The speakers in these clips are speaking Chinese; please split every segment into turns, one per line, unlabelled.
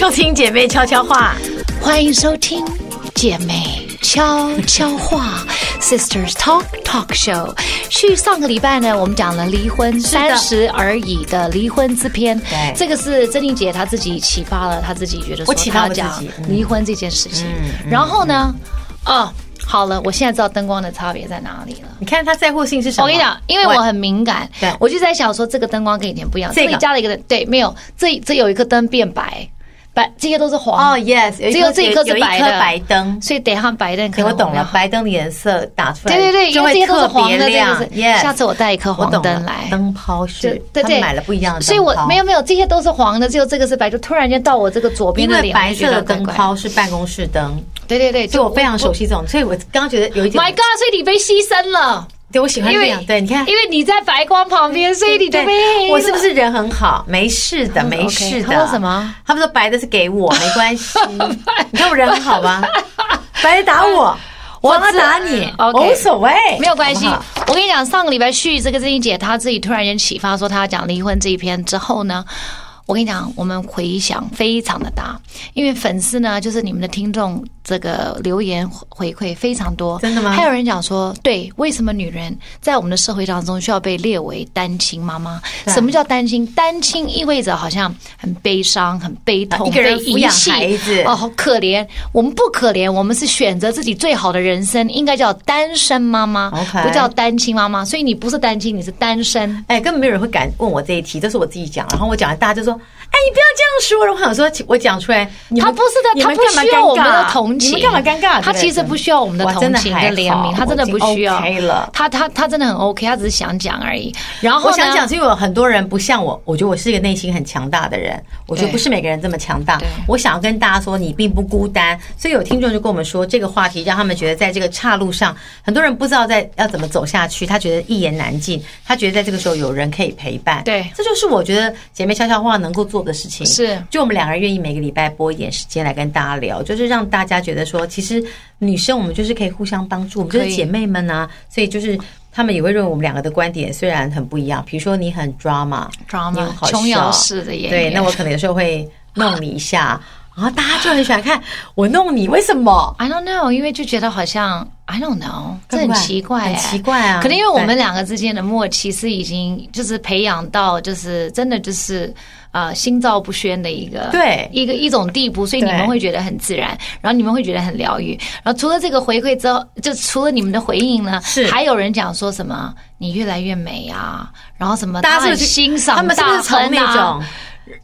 收听姐妹悄悄话。
欢迎收听姐妹悄悄话 Sisters Talk Talk Show。去上个礼拜呢，我们讲了离婚三十而已的离婚之篇，
对
这个是珍妮姐她自己启发了，她自己觉得说
我启发
她
我自
讲
己嗯
离婚这件事情。然后呢，哦，好了，我现在知道灯光的差别在哪里了。
你看他在乎性是什么？
我跟你讲，因为我很敏感
对，
我就在想说这个灯光跟以前不一样，
这
这
个
里加了一个灯，对，没有，这这有一颗灯变白，白这些都是黄
哦、y e s
只有这一颗
有
是
一
白
颗
的，
白灯。
所以等一下白灯可
对，
能
我懂
们要
了，。白灯的颜色打出来，
对对对，
就
因为
会
这些都是
特
黄
别
的，这
亮
个。是。
Yes，
下次我带一颗
我
黄
懂
灯
了
来。
灯泡
就是
他们买了不一样的灯泡，
所以我没有没有，这些都是黄的，只有这个是白，就突然间到我这个左边
因
的
为
脸，
白色的
我就觉得
灯
怪怪，
泡是办公室灯，
对对对，
所以我非常熟悉这种，所以我刚刚觉得有一点
My God，所以你被牺牲了，
对我喜欢
因
这
为
样，对，你看，
因为你在白光旁边，所以你就被黑了
我是不是人很好？没事的，
嗯
没
OK，
事的。
他说什么？
他们说白的是给我，没关 系。你看我人很好吧？白的打 我，我他
知
打你，
OK
我无所谓，
没有关系
好不好。
我跟你讲，上个礼拜旭这个珍妮姐她自己突然间启发说她要讲离婚这一篇之后呢，我跟你讲，我们回响非常的大，因为粉丝呢就是你们的听众这个留言回馈非常多，
真的吗
还有人讲说，对，为什么女人在我们的社会当中需要被列为单亲妈妈？
对
什么叫单亲？单亲意味着好像很悲伤、很悲痛，
一个人
被遗
抚养
弃
孩子
哦，好可怜。我们不可怜，我们是选择自己最好的人生，应该叫单身妈妈
OK
不叫单亲妈妈。所以你不是单亲，你是单身。
哎，根本没有人会敢问我这一题，都是我自己讲。然后我讲完，大家就说：“哎，你不要这样说。”然后我想说，我讲出来，你
他
们
不是的，
你
他
们
不
干嘛
需要我们
尴
的
尬
同情，
你们干嘛尴尬？
他其实不需要我们的
我
同
真的
情
还
跟怜
好
悯，他真的
我已
不
经
需要
OK 了。
他他他真的很 OK，他只是想讲而已。然
我
后呢
想讲，是因为有很多人不像我，我觉得我是一个内心很强大的人，我觉得
对
不是每个人这么强大
对。
我想要跟大家说，你并不孤单。所以有听众就跟我们说，这个话题让他们觉得在这个岔路上，很多人不知道在要怎么走下去，他觉得一言难尽，他觉得在这个时候有人可以陪伴。
对
这就是我觉得姐妹悄悄话能够做的事情。
是
就我们两个人愿意每个礼拜拨一点时间来跟大家聊，就是让大家觉得说，其实女生我们就是可以互相帮助，我们就
可
是
以
姐妹们啊，所以就是他们也会认为我们两个的观点虽然很不一样，比如说你很 drama，你
drama
很好笑
琼瑶式的演员，
对，那我可能有时候会弄你一下，然后大家就很喜欢看我弄你，为什么？
I don't know，因为就觉得好像 I don't know，
怪不
这很
怪
奇怪、欸
很奇怪啊
可能因为我们
对
两个之间的默契是已经就是培养到就是真的就是呃心照不宣的一个
对
一个一种地步，所以你
对
们会觉得很自然，然后你们会觉得很疗愈。然后除了这个回馈之后，就除了你们的回应呢，
是
还有人讲说什么你越来越美啊，然后什么
大家
他
是不
很
是
欣赏
他们是不是
大
从
亨
那
啊
种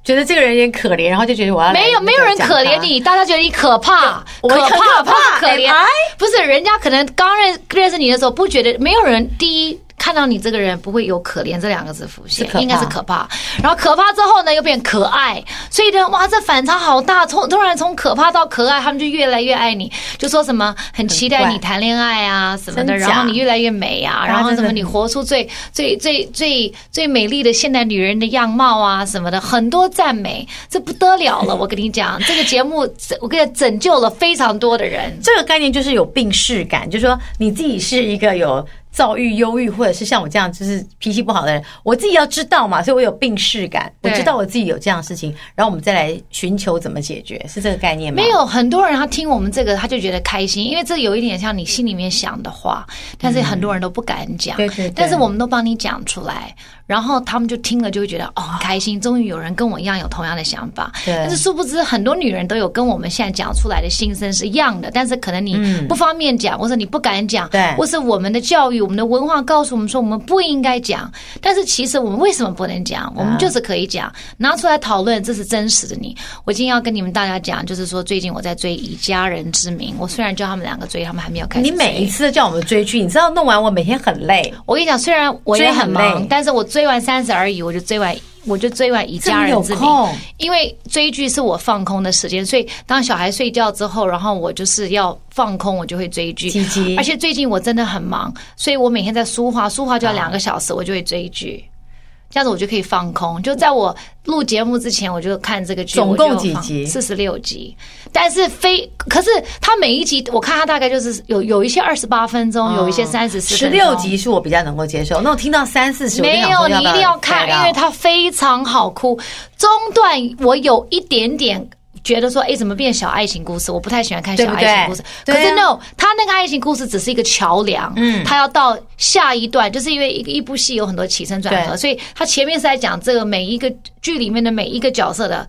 觉得这个人有点可怜，然后就觉得我啊要来
没有，没有人可怜你，大家觉得你可怕，
我
可
很
怕，
可怕哎
怕可怜
am I？。
不是，人家可能刚认认识你的时候不觉得，没有人第一看到你这个人不会有可怜这两个字浮现
是可，怕
应该是可怕。然后可怕之后呢，又变可爱，所以呢，哇，这反差好大，从突然从可怕到可爱，他们就越来越爱你，就说什么很期待
怪
你谈恋爱啊什么的，
真假
然后你越来越美啊，
家
然后
真的
什么
很
你活出最最最最最美丽的现代女人的样貌啊什么的，很多赞美，这不得了了！我跟你讲，这个节目我跟你讲拯救了非常多的人。
这个概念就是有病逝感，就是说你自己是一个有躁郁、忧郁，或者是像我这样就是脾气不好的人，我自己要知道嘛，所以我有病逝感，我
对
知道我自己有这样的事情，然后我们再来寻求怎么解决，是这个概念吗？
没，有很多人他听我们这个他就觉得开心，因为这有一点像你心里面想的话，但是很多人都不敢讲。
嗯对对对
但是我们都帮你讲出来，然后他们就听了就会觉得哦很开心，终于有人跟我一样有同样的想法。
对
但是殊不知很多女人都有跟我们现在讲出来的心声是一样的，但是可能你
嗯
不方便讲，或者你不敢讲，
对
或是我们的教育、我们的文化告诉我们说我们不应该讲，但是其实我们为什么不能
嗯
讲？我们就是可以讲，拿出来讨论，这是真实的你。我今天要跟你们大家讲，就是说最近我在追《以家人之名》，我虽然叫他们两个追，他们还没有开始
你
追。
每一次都叫我们追剧，你知道弄完我每天很累，
我跟你讲，虽然我也很
追很
忙
累，
但是我追完三十而已，我就追完，我就追完以家人之
这么有
名
空，
因为追剧是我放空的时间，所以当小孩睡觉之后，然后我就是要放空，我就会追剧
鸡鸡。
而且最近我真的很忙，所以我每天在书画，书画就要两个小时，我就会追剧。这样子我就可以放空，就在我录节目之前，我就看这个剧。
总共几集
四十六集，但是非可是它每一集，我看它大概就是有有一些二十八分钟，有一些三十四。
十六集是我比较能够接受，那我听到三四十，
没有，你一
啊
定要看，因为
他
它非常好哭。中段我有一点点觉得说，哎，怎么变小爱情故事？我不太喜欢看
对
小
不
爱
对
情故事。
对啊
可是 no，他那个爱情故事只是一个桥梁，嗯，他要到下一段，就是因为一个一部戏有很多起承转合，
对
所以他前面是在讲这个每一个剧里面的每一个角色的。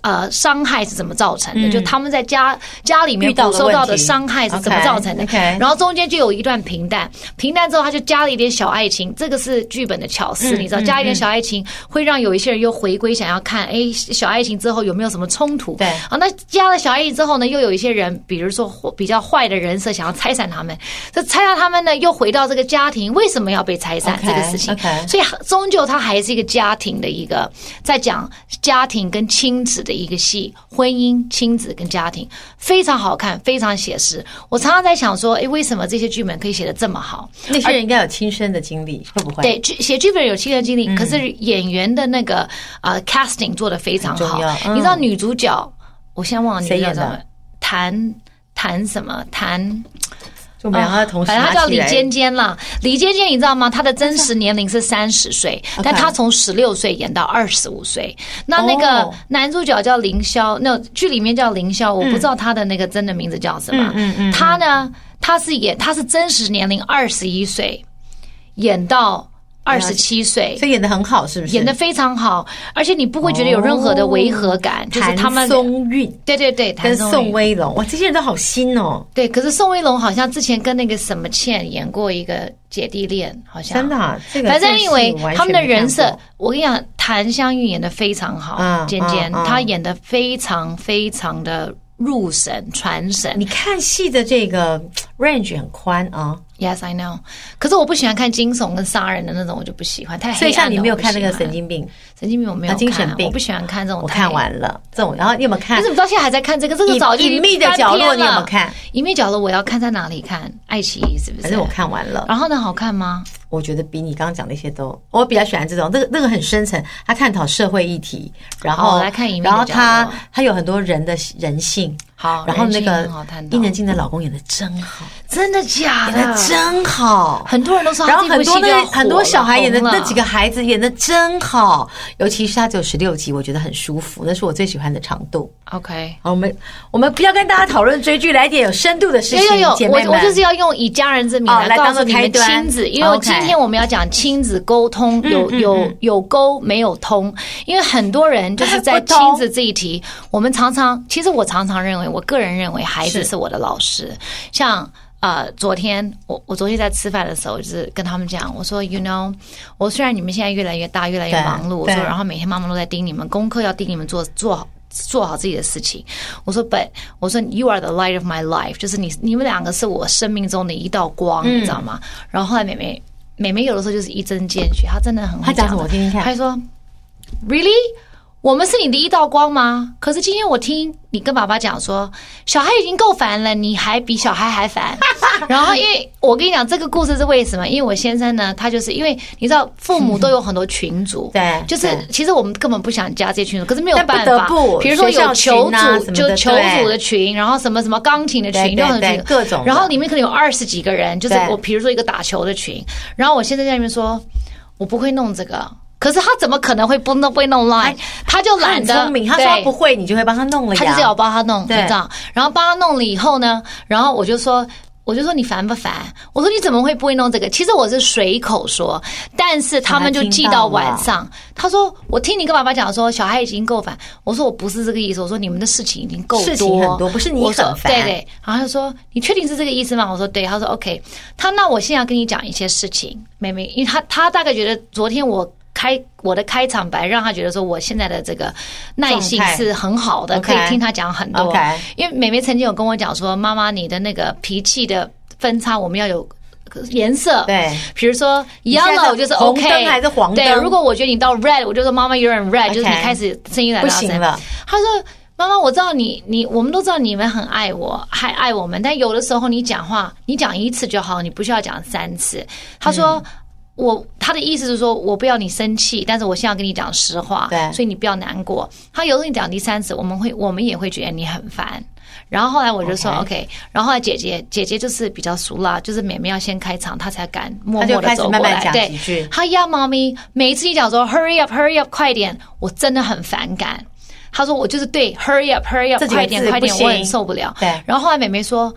呃，伤害是怎么造成的？就他们在家家里
嗯
面
遇到的
受到
问
的
题
伤害是怎么造成的
OK，OK
然后中间就有一段平淡，平淡之后他就加了一点小爱情，这个是剧本的巧思，你知道，加一点小爱情会让有一些人又回归想要看，哎，小爱情之后有没有什么冲突？
对
啊，那加了小爱情之后呢，又有一些人，比如说或比较坏的人设想要拆散他们，这拆散他们呢，又回到这个家庭为什么要被拆散
OK，
这个事情
OK
所以终究它还是一个家庭的一个在讲家庭跟亲子的一个戏，婚姻、亲子跟家庭非常好看，非常写实。我常常在想说，诶，为什么这些剧本可以写得这么好？
那些人应该有亲身的经历，会不会？
对，剧写剧本有亲身经
嗯
历，可是演员的那个呃 casting 做得非常
很
好
重要。嗯
你知道女主角，我现在忘了女主
谁
角
演的
什么，谭谭什么谭。
就我们两个同时
哦反
拿
正他
起来，
叫李尖尖啦。李尖尖，你知道吗？他的真实年龄是三十岁，但他从十六岁演到二十五岁。那那个
哦
男主角叫凌霄，那剧里面叫凌霄，我不知道他的那个真的名字叫什么。
嗯嗯
他呢，他是演他是真实年龄二十一岁，演到二十七岁。
所以演的很好，是不是？
演的非常好，而且你不会觉得有任何的违和感，就是他们
谭松韵
对对对，
跟
谭松韵
宋威龙，哇，这些人都好新哦，
对，可是宋威龙好像之前跟那个什么倩演过一个姐弟恋，好像
真的、啊。这个
反正
故事
因为
我完全
他们的
没看
人设
过，
我跟你讲，谭湘玉演的非常好
嗯，
尖尖
嗯嗯
她演的非常非常的入神传神
你。看戏的这个 range 很宽啊，
Yes, I know。可是我不喜欢看惊悚跟杀人的那种，我就不喜欢太黑暗了。
所以像你没有看那个
我不喜
神
欢哦
经病，
神经病，我没有
啊精神
看
病
我不喜欢看这种。
我看。完了这种，然后你有没有看
你怎么到现在还在看这个？这个早就
隐秘的
翻篇
角落
了
你有没有看？
隐秘角落我要看在哪里看？爱奇艺是不
反
是
正我？看完了，
然后呢？好看吗？
我觉得比你刚刚讲那些都，我比较喜欢这种，那个那个很深层，他探讨社会议题，然
好
后
哦我来看隐秘的
然后
角
他
落
他有很多人的人性，
好，
然后
人
那
性
个
很好探
伊
讨啊
能静的老公演的真好，
真的假
演的
的？
真好。
很多人都说他
然后
这部
很
戏
多
就要
那
火
很多
了
小孩演的
红了
那几个孩子演的真好，尤其是他只有十六集，我觉得很舒服，那是我最喜欢的长度。
OK。
好，我们我们不要跟大家讨论追剧，来点有深度的事
有
情，
有有
姐，
我
妹们。
我就是要用以家人之名
哦来
来告
当做
诉你
开
们
端哦
亲子，因为
OK 嗯
今天我们要讲亲子沟通，有有有沟没有通，因为很多人就是 在
不
亲
通
子这一题，我们常常，其实我常常认为，我个人认为孩子
是
是我的老师，像。呃，昨天我我昨天在吃饭的时候，就是跟他们讲，我说，you know，我虽然你们现在越来越大，越来
对
越忙碌，我
对
说，然后每天妈妈都在盯你们，功课要盯你们做做好。做好自己的事情，我说，But 我说 You are the light of my life，就是你你们两个是我生命中的一道光，你
嗯
知道吗？然后后来妹妹妹妹有的时候就是一针见血，她真的很会
她讲
的
什么我听听看
她说，Really，我们是你的一道光吗？可是今天我听你跟爸爸讲说，小孩已经够烦了，你还比小孩还 烦。然后因为我跟你讲这个故事是为什么？因为我先生呢，他就是因为你知道父母都有很多群组，
对
就是
对
其实我们根本不想加这些群组，可是没有
但不
办
得
法。
不
比如说
学校
有球
群啊什
组，
么
就
的
球
对
组的群，然后什么什么钢琴的
对
群，
对
就很多
对
群
各种的
然后里面可能有二十几个人，就是
对
我比如说一个打球的群，然后我现在在那边说，我不会弄这个。可是他怎么可能会不弄会弄 line？他就
哎他
懒
很
得，
聪明，他说他
对
不会，你就会帮他弄了呀。
他就是要我帮他弄，你
对
知道？然后帮他弄了以后呢，然后我就说。我就说你烦不烦？我说你怎么会不会弄这个？其实我是随口说，但是他们就记到晚上。他说我听你跟爸爸讲说小孩已经够烦，我说我不是这个意思，我说你们的事情已经够
事情
多，
很多不是你
我说
很烦
对对，然后他就说你确定是这个意思吗？我说对。他说 OK，他那我现在要跟你讲一些事情，妹妹，因为他他大概觉得昨天我。开我的开场白让他觉得说我现在的这个耐性
状态
是很好的，可
OK
以听他讲很多
OK。
因为妹妹曾经有跟我讲说，妈妈你的那个脾气的分差，我们要有颜色。
对，
比如说
现在
yellow
是
就是
红
OK，
灯还是黄灯
对，如果我觉得你到 red，我就说妈妈 you're in red，就是你
OK
开始声音来
不
到
行了。
他说：“妈妈，我知道你，你我们都知道你们很爱我，还爱我们，但有的时候你讲话，你讲一次就好，你不需要讲三次。”他
嗯
说。我他的意思是说，我不要你生气，但是我现在要跟你讲实话，
对
所以你不要难过。他有时候你讲第三次，我们会我们也会觉得你很烦。然后后来我就说
OK
OK，, 然后后来姐姐姐姐就是比较熟啦，就是妹妹要先开场，她才敢默
他就
默
开
的
始
走
慢
过
慢
来，
讲
对
几，句。
他要猫咪，每一次一讲说 “hurry up, hurry up，快点”，我真的很反感。他说我就是对，hurry up，hurry up，
这几个
快点
字
快点
不，行
我很受不了。
对
然后后来美美说。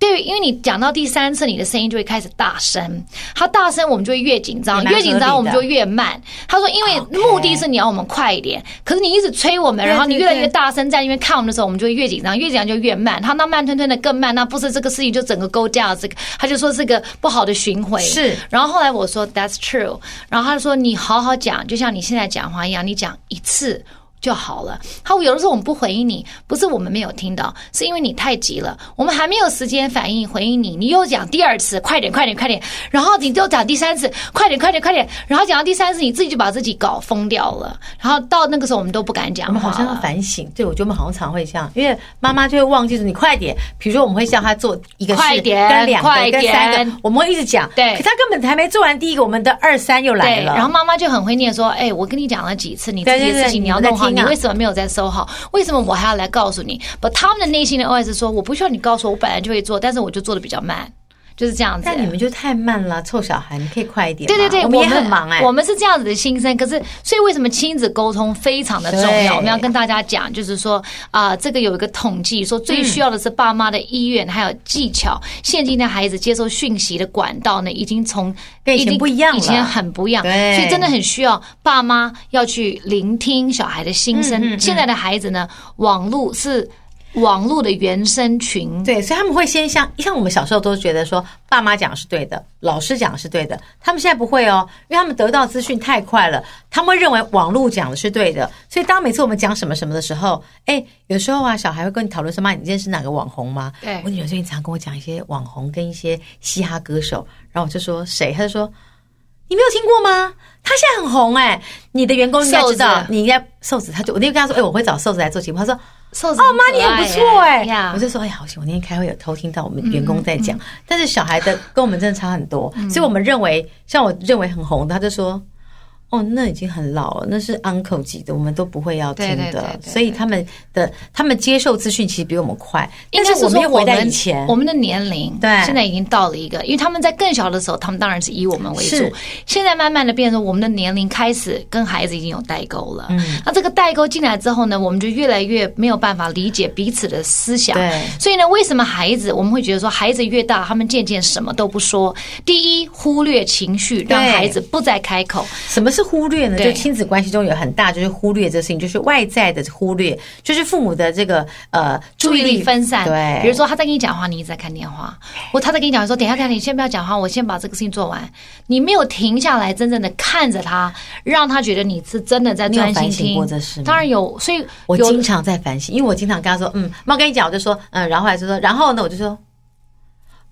对，因为你讲到第三次，你的声音就会开始大声。它大声，我们就会越紧张，
也蛮合
越
理的
紧张我们就越慢。他说，因为
OK
目的是你要我们快一点，可是你一直催我们，
对
然后你
对
越来
对
越大声，在那边看我们的时候，我们就会越紧张，越紧张就越慢。他那慢吞吞的更慢，那不是这个事情就整个勾掉这个，他就说是个不好的循环。
是
然后后来我说 That's true，然后他就说你好好讲，就像你现在讲话一样，你讲一次。就好了。他有的时候我们不回应你，不是我们没有听到，是因为你太急了，我们还没有时间反应回应你，你又讲第二次，快点，快点，快点，然后你就讲第三次，快点，快点，快点，然后讲到第三次，你自己就把自己搞疯掉了。然后到那个嗯时候，我们都不敢
我
讲
们
话
好像要
了。
反省，对我觉得我们好像常会这样，因为妈妈就会忘记说你快点，比如说我们会叫她做一个事，
快点
跟两个，
快
跟
点
三个，我们会一直讲，
对
可她根本还没做完第一个，我们的二三又来
对，
了，
然后妈妈就很会念说：“哎、我跟你讲了几次，你这
对对
些
对
事情
你
你要
们在
弄好，
听
你
啊
为什么没有在收好？为什么我还要来告诉你？”不，他们的内心的 OS 说：“我不需要你告诉我，我本来就会做，但是我就做的比较慢，就是这样子。”
但你们就太慢了，臭小孩，你可以快一点嘛。
对对对，
我们也很忙哎、
我们是这样子的心声。可是，所以为什么亲子沟通非常的重
对
要？我们要跟大家讲，就是说啊、这个有一个统计说，最需要的是爸妈的意愿还有技巧。现今的孩子接受讯息的管道呢，已经从
跟以前
已经
不一样了
以前很不一样，
对
所以真的很需要爸妈要去聆听小孩的心声。
嗯
现在的孩子呢，网络是网络的原生群，
对，所以他们会先像像我们小时候都觉得说爸妈讲是对的，老师讲是对的，他们现在不会哦，因为他们得到资讯太快了，他们会认为网络讲的是对的，所以当每次我们讲什么什么的时候，哎，有时候啊，小孩会跟你讨论说妈，你认识哪个网红吗？
对
我女儿最近常跟我讲一些网红跟一些嘻哈歌手，然后我就说谁，她就说你没有听过吗？他现在很红哎、你的员工应该知
瘦
道
子，
你应该瘦子，他就我那天跟他说，哎、我会找瘦子来做节目，他说。
瘦子
哦，妈，你很不错哎、
呀嗯
我就说，哎呀，好险！我那天开会有偷听到我们员工在讲，但是小孩的跟我们真的差很多，所以我们认为，像我认为很红的，他就说，哦，那已经很老了，那是 uncle 级的，我们都不会要听的。
对对对对
所以他们的他们接受资讯其实比我们快，
应
但
该
是
是
我们
说
又回到以前
我，们的年龄，
对
现在已经到了一个，因为他们在更小的时候，他们当然是以我们为主
是。
现在慢慢的变成我们的年龄开始跟孩子已经有代沟了。
嗯
那这个代沟进来之后呢，我们就越来越没有办法理解彼此的思想。
对
所以呢，为什么孩子我们会觉得说，孩子越大，他们渐渐什么都不说？第一，忽略情绪，让
对
孩子不再开口。
什么是忽略呢？
对
就亲子关系中有很大就是忽略这事情，就是外在的忽略，就是父母的这个呃
注意力分散。
对，
比如说他在跟你讲话，你一直在看电话；我他在跟你讲说，等一下看你先不要讲话，我先把这个事情做完。你没有停下来，真正的看着他，让他觉得你是真的在
你有
专心
反省
听。
过这事吗
当然有，所以
我
有
经常在反省，因为我经常跟他说，嗯，妈我跟你讲，我就说，嗯，然后后来就说，然后呢，我就说，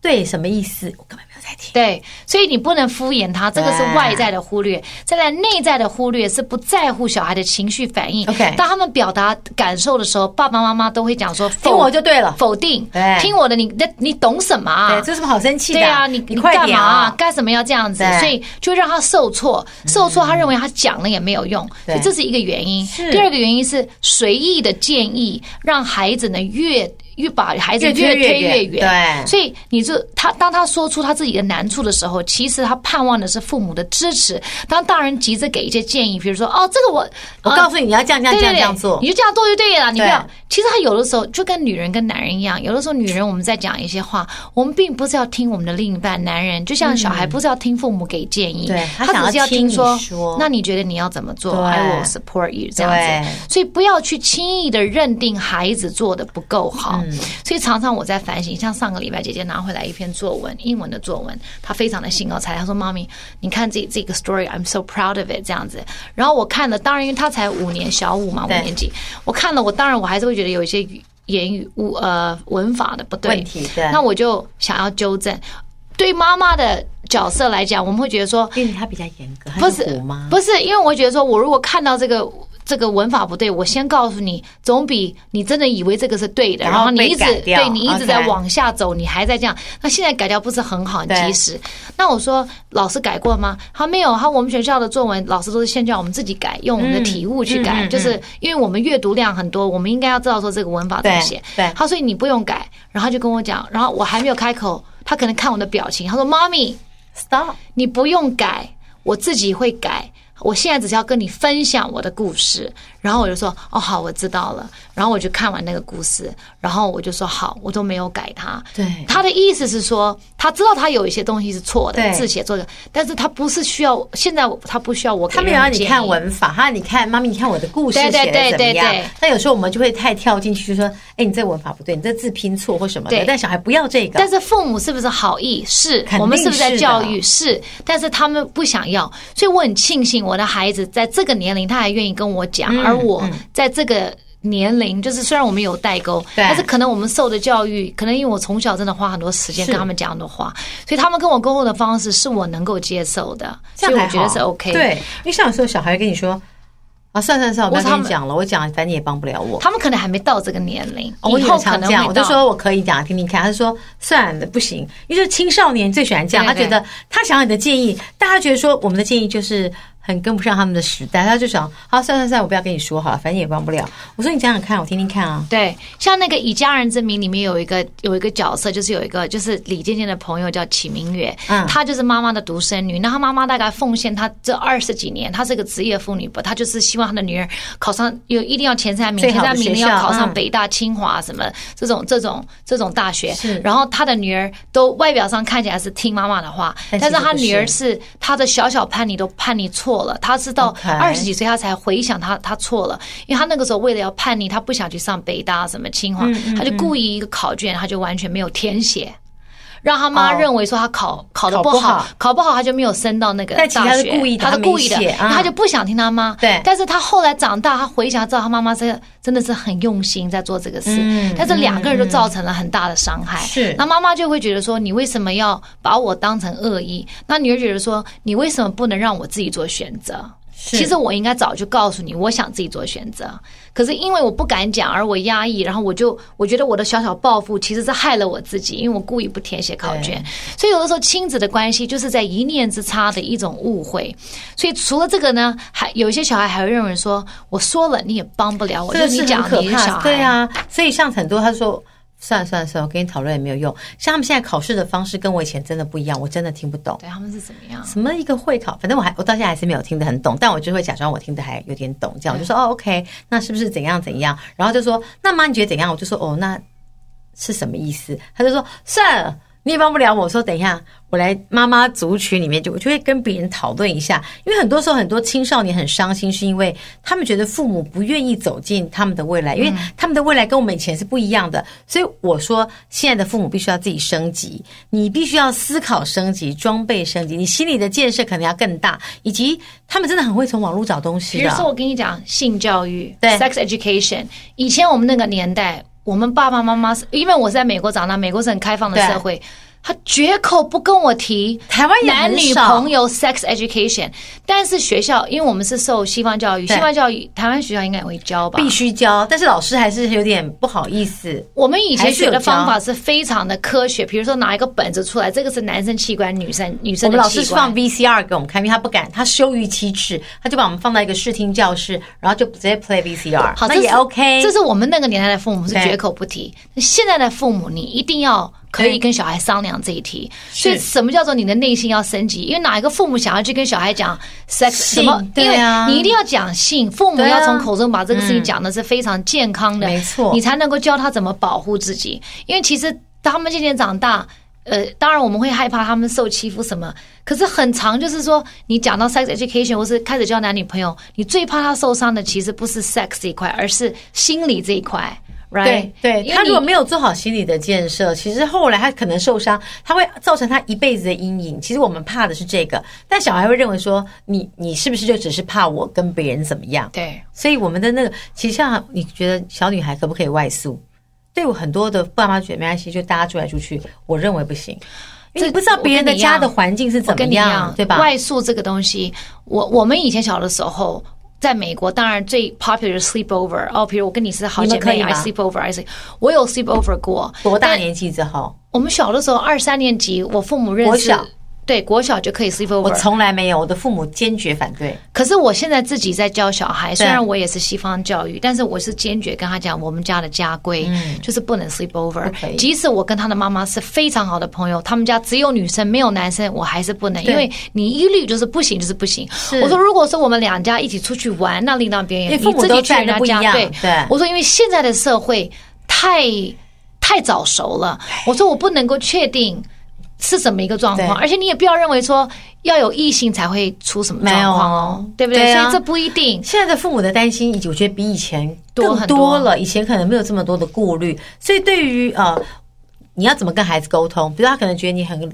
对，什么意思？我根本没有在听。
对，所以你不能敷衍他，这个是
对
外在的忽略。再来，内在的忽略是不在乎小孩的情绪反应。
OK
当他们表达感受的时候，爸爸妈妈都会讲说：“
听我就对了
否定
对，
听我的，你你你懂什么啊？
对，这有什么好生气的？
对啊，你
你快
干
点
嘛啊
啊！！
干什么要这样子
对？
所以就让他受挫，受挫，他认为他讲了也没有用，
对
所以这是一个原因
嗯是。
第二个原因是随意的建议，让孩子呢越越把孩子
越推
越
越
推
远
越远。
对
所以你就他当他说出他自己的难处的时候，其实他盼望的是父母的支持。当大人急着给一些建议，比如说哦，这个我
我
呃
告诉你，你要这样这样
对
这
对
样
对，
这样做
你。就这样做就对了。你不要
对，
其实他有的时候就跟女人跟男人一样，有的时候女人我们在讲一些话，我们并不是要听我们的另一半，男人就像小孩不是要听父母给建议，
对他
他
想
只是
要
要
听
听
你说
那你觉得你要怎么做
对
？I will support you 这样
对
子。所以不要去轻易的认定孩子做的不够好。
嗯
所以常常我在反省，像上个礼拜姐姐拿回来一篇作文，英文的作文，她非常的兴高采烈，她说：“妈咪，你看这这个 story，I'm so proud of it。”这样子。然后我看了，当然因为她才五年小五嘛，五
对
年级，我看了，我当然我还是会觉得有一些语言语误呃文法的不对
问题对
那我就想要纠正。对妈妈的角色来讲，我们会觉得说，
因为他比较严格，他
不
是
是
虎妈，
不是，因为我觉得说，我如果看到这个这个文法不对，我先告诉你，总比你真的以为这个是对的，
然
然
后
后你
被
一直
改掉
对你一直在
OK
往下走，你还在这样，那现在改掉不是很好，很
对
及时。那我说老师改过吗？他没有，他我们学校的作文老师都是先叫我们自己改，用我们的体悟去
嗯
改，就是因为我们阅读量很多，我们应该要知道说这个文法怎么
对
写。
对
他说你不用改，然后他就跟我讲，然后我还没有开口，他可能看我的表情，他说妈咪。
stop，
你不用改，我自己会改。我现在只是要跟你分享我的故事，然后我就说哦好，我知道了。然后我就看完那个故事，然后我就说好，我都没有改它。
对
他的意思是说，他知道他有一些东西是错的
对，
字写错的，但是他不是需要现在他不需要我给
他没有让
任何
你
建
看
议
文法，他让你看妈咪，你看我的故事写
对
的
对
怎么
对对
样
对？
但有时候我们就会太跳进去，就说：“哎，你这文法不对，你这字拼错或什么的。”
对
但小孩不要这个，
但是父母是不是好意？是
肯定
我们是不是在
是的
教育？是，但是他们不想要，所以我很庆幸我的孩子在这个年龄他还愿意跟我讲，
嗯
而我在这个。年龄就是虽然我们有代沟，
对
但是可能我们受的教育，可能因为我从小真的花很多时间
是
跟他们讲很多话，所以他们跟我沟通的方式是我能够接受的，
这
所以
样
我
还
觉得
好
是 OK 的。
对，因为像有时候小孩跟你说：“啊，算算算，我不要
我他
跟你
们
讲了，我讲了反正你也帮不了我。”
他们可能还没到这个年龄，
哦我
以
以
后
后
可
常
能
这样，
会
我就
到。
说我可以讲听听看。他说算了，不行，因为青少年最喜欢这样，
对
他
对
觉得他想要你的建议，大家觉得说我们的建议就是很跟不上他们的时代，他就想好算算算，我不要跟你说好了，反正你也帮不了。我说你讲讲看，我听听看啊。
对，像那个《以家人之名》里面有一个有一个角色，就是有一个就是李健健的朋友叫启明月，
嗯
她就是妈妈的独生女。那她妈妈大概奉献她这二十几年，她是个职业妇女吧，她就是希望她的女儿考上有一定要前三名，
最
前
好的
三名
学
要
校
考上
嗯
北大、清华什么这种这种这种大学
是。
然后她的女儿都外表上看起来是听妈妈的话，
但
但
其实
是她
不
女
是
儿是她的小小叛逆都叛逆错了，她是到
OK
二十几岁她才回想她她错了，因为她那个时候为了要叛逆，她不想去上北大什么清华，
嗯
她就故意一个考卷她就完全没有填写。让她妈
哦
认为说她考考的
考
不
不
好
好，
考不好她就没有升到那个大
但其
学。
实她是故意的
她是
她
故
没
意的
写，啊
她就不想听她妈。
对
但是她后来长大，她回想知道她妈妈是真的是很用心在做这个事
嗯，
但是两个人就造成了很大的伤害。
是
那妈妈就会觉得说，你为什么要把我当成恶意？那女儿觉得说，你为什么不能让我自己做选择？
是
其实我应该早就告诉你，我想自己做选择，可是因为我不敢讲，而我压抑，然后我就我觉得我的小小报复其实是害了我自己，因为我故意不填写考卷，所以有的时候亲子的关系就是在一念之差的一种误会。所以除了这个呢，还有一些小孩还会认为说，我说了你也帮不了我，
这个
就是
是很
你讲
可
你是
怕
小
的，
孩，
对啊。所以像很多他说。算了算了算了，我跟你讨论也没有用。像他们现在考试的方式跟我以前真的不一样，我真的听不懂。
对他们是怎么样？
什么一个会考，反正我还我到现在还是没有听得很懂，但我就会假装我听得还有点懂，这样我就说哦，OK，那是不是怎样怎样？然后就说那妈你觉得怎样？我就说哦，那是什么意思？他就说算了。你也帮不了我，我说等一下，我来妈妈族群里面就我就会跟别人讨论一下，因为很多时候很多青少年很伤心，是因为他们觉得父母不愿意走进他们的未来，因为
嗯
他们的未来跟我们以前是不一样的，所以我说现在的父母必须要自己升级，你必须要思考升级、装备升级，你心理的建设可能要更大，以及他们真的很会从网络找东西
比如说，
的，
我跟你讲，性教育
对
，sex education，以前我们那个年代，我们爸爸妈妈是，因为我是在美国长大，美国是很开放的
对
社会，他绝口不跟我提
台湾也
男
很
女
少
朋友 sex education，但是学校，因为我们是受西方教育，西
对
方教育，台湾学校应该也会教吧
必。须教，但是老师还是有点不好意思。
我们以前
还是
学
有
的方
教
法是非常的科学，比如说拿一个本子出来，这个是男生器官，女生女
我
生的器官。
们老师是放 VCR 给我们看，因为他不敢，他羞于启齿，他就把我们放到一个视听教室，然后就直接 play VCR，
好，
那
这
也
是
OK
这。是我们那个年代的父母是
对
绝口不提，现在的父母你一定要可以
对
跟小孩商量这一题。所以什么叫做你的内心要升级？因为哪一个父母想要去跟小孩讲 sex 什
性
么？
对啊
因为你一定要讲性，父母
对啊
要从口中把这个事情讲的是非常健康的，
没错
你才能够教他怎么保护自己。因为其实他们渐渐长大。呃，当然我们会害怕他们受欺负什么，可是很长就是说，你讲到 sex education 或是开始交男女朋友，你最怕他受伤的其实不是 sex 这一块，而是心理这一块，right？
对对，
因为
他如
你
果没有做好心理的建设，其实后来他可能受伤，他会造成他一辈子的阴影。其实我们怕的是这个，但小孩会认为说，你你是不是就只是怕我跟别人怎么样？
对
所以我们的那个，其实像你觉得小女孩可不可以外宿？对我很多的爸妈觉得没关系，就大家住来住去，我认为不行，因为你
这
不知道别人的家的环境是
我
怎么
跟你一样，
对吧？
外宿这个东西，我我们以前小的时候。在美国，当然最 popular 是 sleepover 哦，比如我跟你是好
你
姐
们可以
妹，I
吗
sleepover，I sleep，我有 sleepover 过。
多大
但
年纪之后？
我们小的时候，二三年级，我父母认
国
识
小
对国小就可以 sleep
我
over。
从来没有，我的父母坚决反对。
可是我现在自己在教小孩，虽
对
然我也是西方教育，但是我是坚决跟他讲，我们家的家规、就是不能 sleep over
嗯不可以。
即使我跟他的妈妈是非常好的朋友，他们家只有女生没有男生，我还是不能，
对
因为你一律就是不行，就是不行。我说，如果说我们两家一起出去玩，那另当别
因为
人，
父
你
母
自
都
己去
在
人
那
家
不一
家，
样
对
对
我说，因为现在的社会太太早熟了，我说我不能够确定。是怎么一个状况？
对
而且你也不要认为说要有异性才会出什么
没有
状况哦，对不对？
对啊
所以这不一定。
现在的父母的担心，以及我觉得比以前
多
更
很
多
多
了。以前可能没有这么多的顾虑，所以对于呃，你要怎么跟孩子沟通？比如他可能觉得你很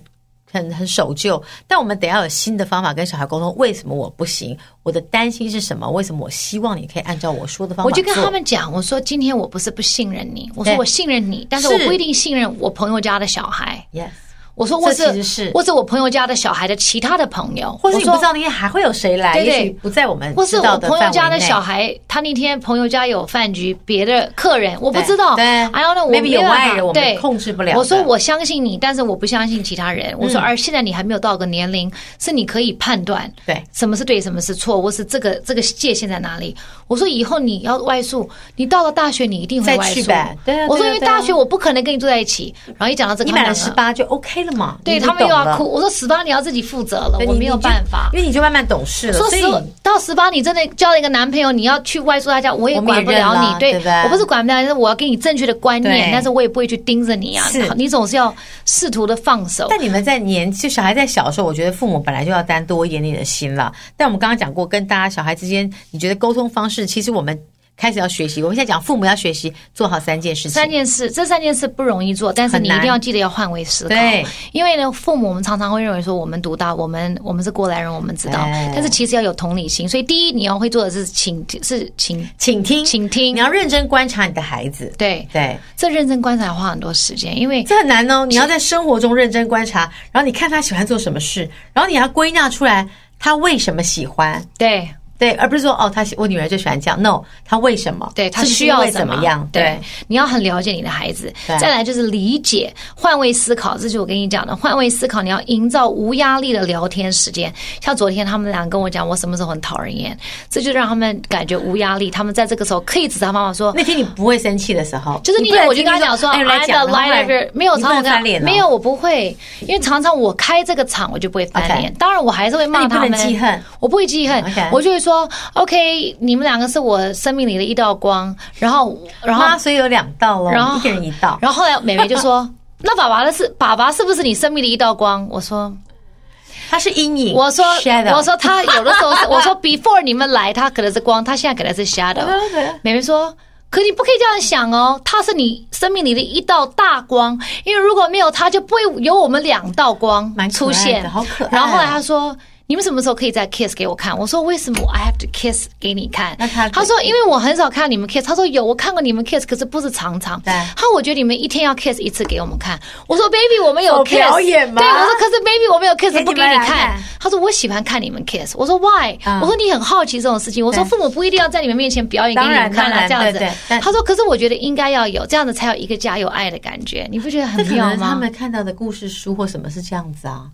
很很守旧，但我们得要有新的方法跟小孩沟通。为什么我不行？我的担心是什么？为什么我希望你可以按照我说的方法
我就跟
做
他们讲，我说今天我不是不信任你，我说
对
我信任你，但是我
是
不一定信任我朋友家的小孩。
，yes，
我说我
这其实是
或者我朋友家的小孩的其他的朋友，
或是
我
你
说
不知道那天还会有谁来，
对对
也许不在我们
或
知
是
道
我
的
朋友家
范围
的
内
小孩，他那天朋友家有饭局，别的客人我不
对
知道，
对
哎呀，那我
maybe
没
有
办法
外人，我
对
们控制不了的。嗯
我说我相信你，但是我不相信其他人。我说，而现在你还没有到个年龄，是你可以判断
对
什么是对，什么是错，或是这个这个界限在哪里。我说以后你要外宿，你到了大学你一定会
再
外
去
宿
呗。对啊
我说
对啊
因为
对啊
大学我不可能跟你住在一起。然后一讲到这个，
你满
他
了
们两
十
个
八就 OK 了嘛，
对
你就
他们又
懂
要
了
哭。我说十八你要自己负责了，
对
我
你
没有
你就
办法。
因为你就慢慢懂事了。
说
所
十
以
到十八，你真的交了一个男朋友，你要去外宿他家，我也
我们也
管不了
认
你
了。
对
对不对
我不是管不了，但是我要给你正确的观
对
念，但是我也不会去盯着你啊
是。
你总是要试图的放手。
但你们在年就小孩在小的时候，我觉得父母本来就要担多一点点的心了。但我们刚刚讲过，跟大家小孩之间，你觉得沟通方式，其实我们开始要学习。我们现在讲父母要学习做好三件事情，
三件事，这三件事不容易做，但是
很
你一
难
定要记得要换位思考
对。
因为呢，父母我们常常会认为说我们独大，我们我们是过来人，我们知道
哎。
但是其实要有同理心，所以第一你要会做的是倾是倾
请听，
倾听
你。要认真观察你的孩子。
对，
对，
这认真观察花很多时间，因为
这很难哦。你要在生活中认真观察，然后你看他喜欢做什么事，然后你要归纳出来他为什么喜欢。
对
对，而不是说哦，他喜我女儿就喜欢这样。No，她为什么？
对他
是不是
需要
因为怎么样？
对，你要很了解你的孩子
对。
再来就是理解、换位思考，这就是我跟你讲的换位思考。你要营造无压力的聊天时间。像昨天他们俩跟我讲，我什么时候很讨人厌，这就让他们感觉无压力。他们在这个时候可以指责他妈妈说。
那天你不会生气的时候，
就是那
不
天，
能
我就跟他
听
讲说
哎来
，I'm
讲
the light of your 没有，
你
常
不能
常我跟他
翻脸哦
没有，我不会，因为常常我开这个场，我就不会翻
OK
脸。当然，我还是会
那你
骂
不
他们。
能记恨。
我不会记恨
OK
我就会说，OK，你们两个是我生命里的一道光。然后，然后
妈，所以有两道喽，
然后
一个人一道。
然后后来美美 就说：“那爸爸的是爸爸是不是你生命的一道光？”我说
他是阴：“影，
我说
shadow
我说他有的时候是我说 before 你们来，他可能是光，他现在可能是 shadow。
对”
美美说。可你不可以这样想哦，他是你生命里的一道大光，因为如果没有他，就不会有我们两道光
蛮可爱
出
的
现。
好可爱哦
然后后来他说：“你们什么时候可以再 kiss 给我看？”我说：“为什么我 I have to kiss 给你看？”
那他
他说：“因为我很少看你们 kiss。”他说：“有，我看过你们 kiss，可是不是常常。”
对
他说我觉得你们一天要 kiss 一次给我们看。我说 baby 我们有
有
kiss，
表演吗
对，我说可是 baby 我们有 kiss
给你们
不给你
来看
看。他说我喜欢看你们 kiss。我说 why？、
嗯
我说你很好奇这种事情。我说
对
父母不一定要在你们面前表演给
当
你
然
们看啊，这
当然
样子
对对但。
他说可是我觉得应该要有，这样子才有一个家有爱的感觉。你不觉得
这
很
可
妙
能他
吗？
们看到的故事书或什么是这样子啊。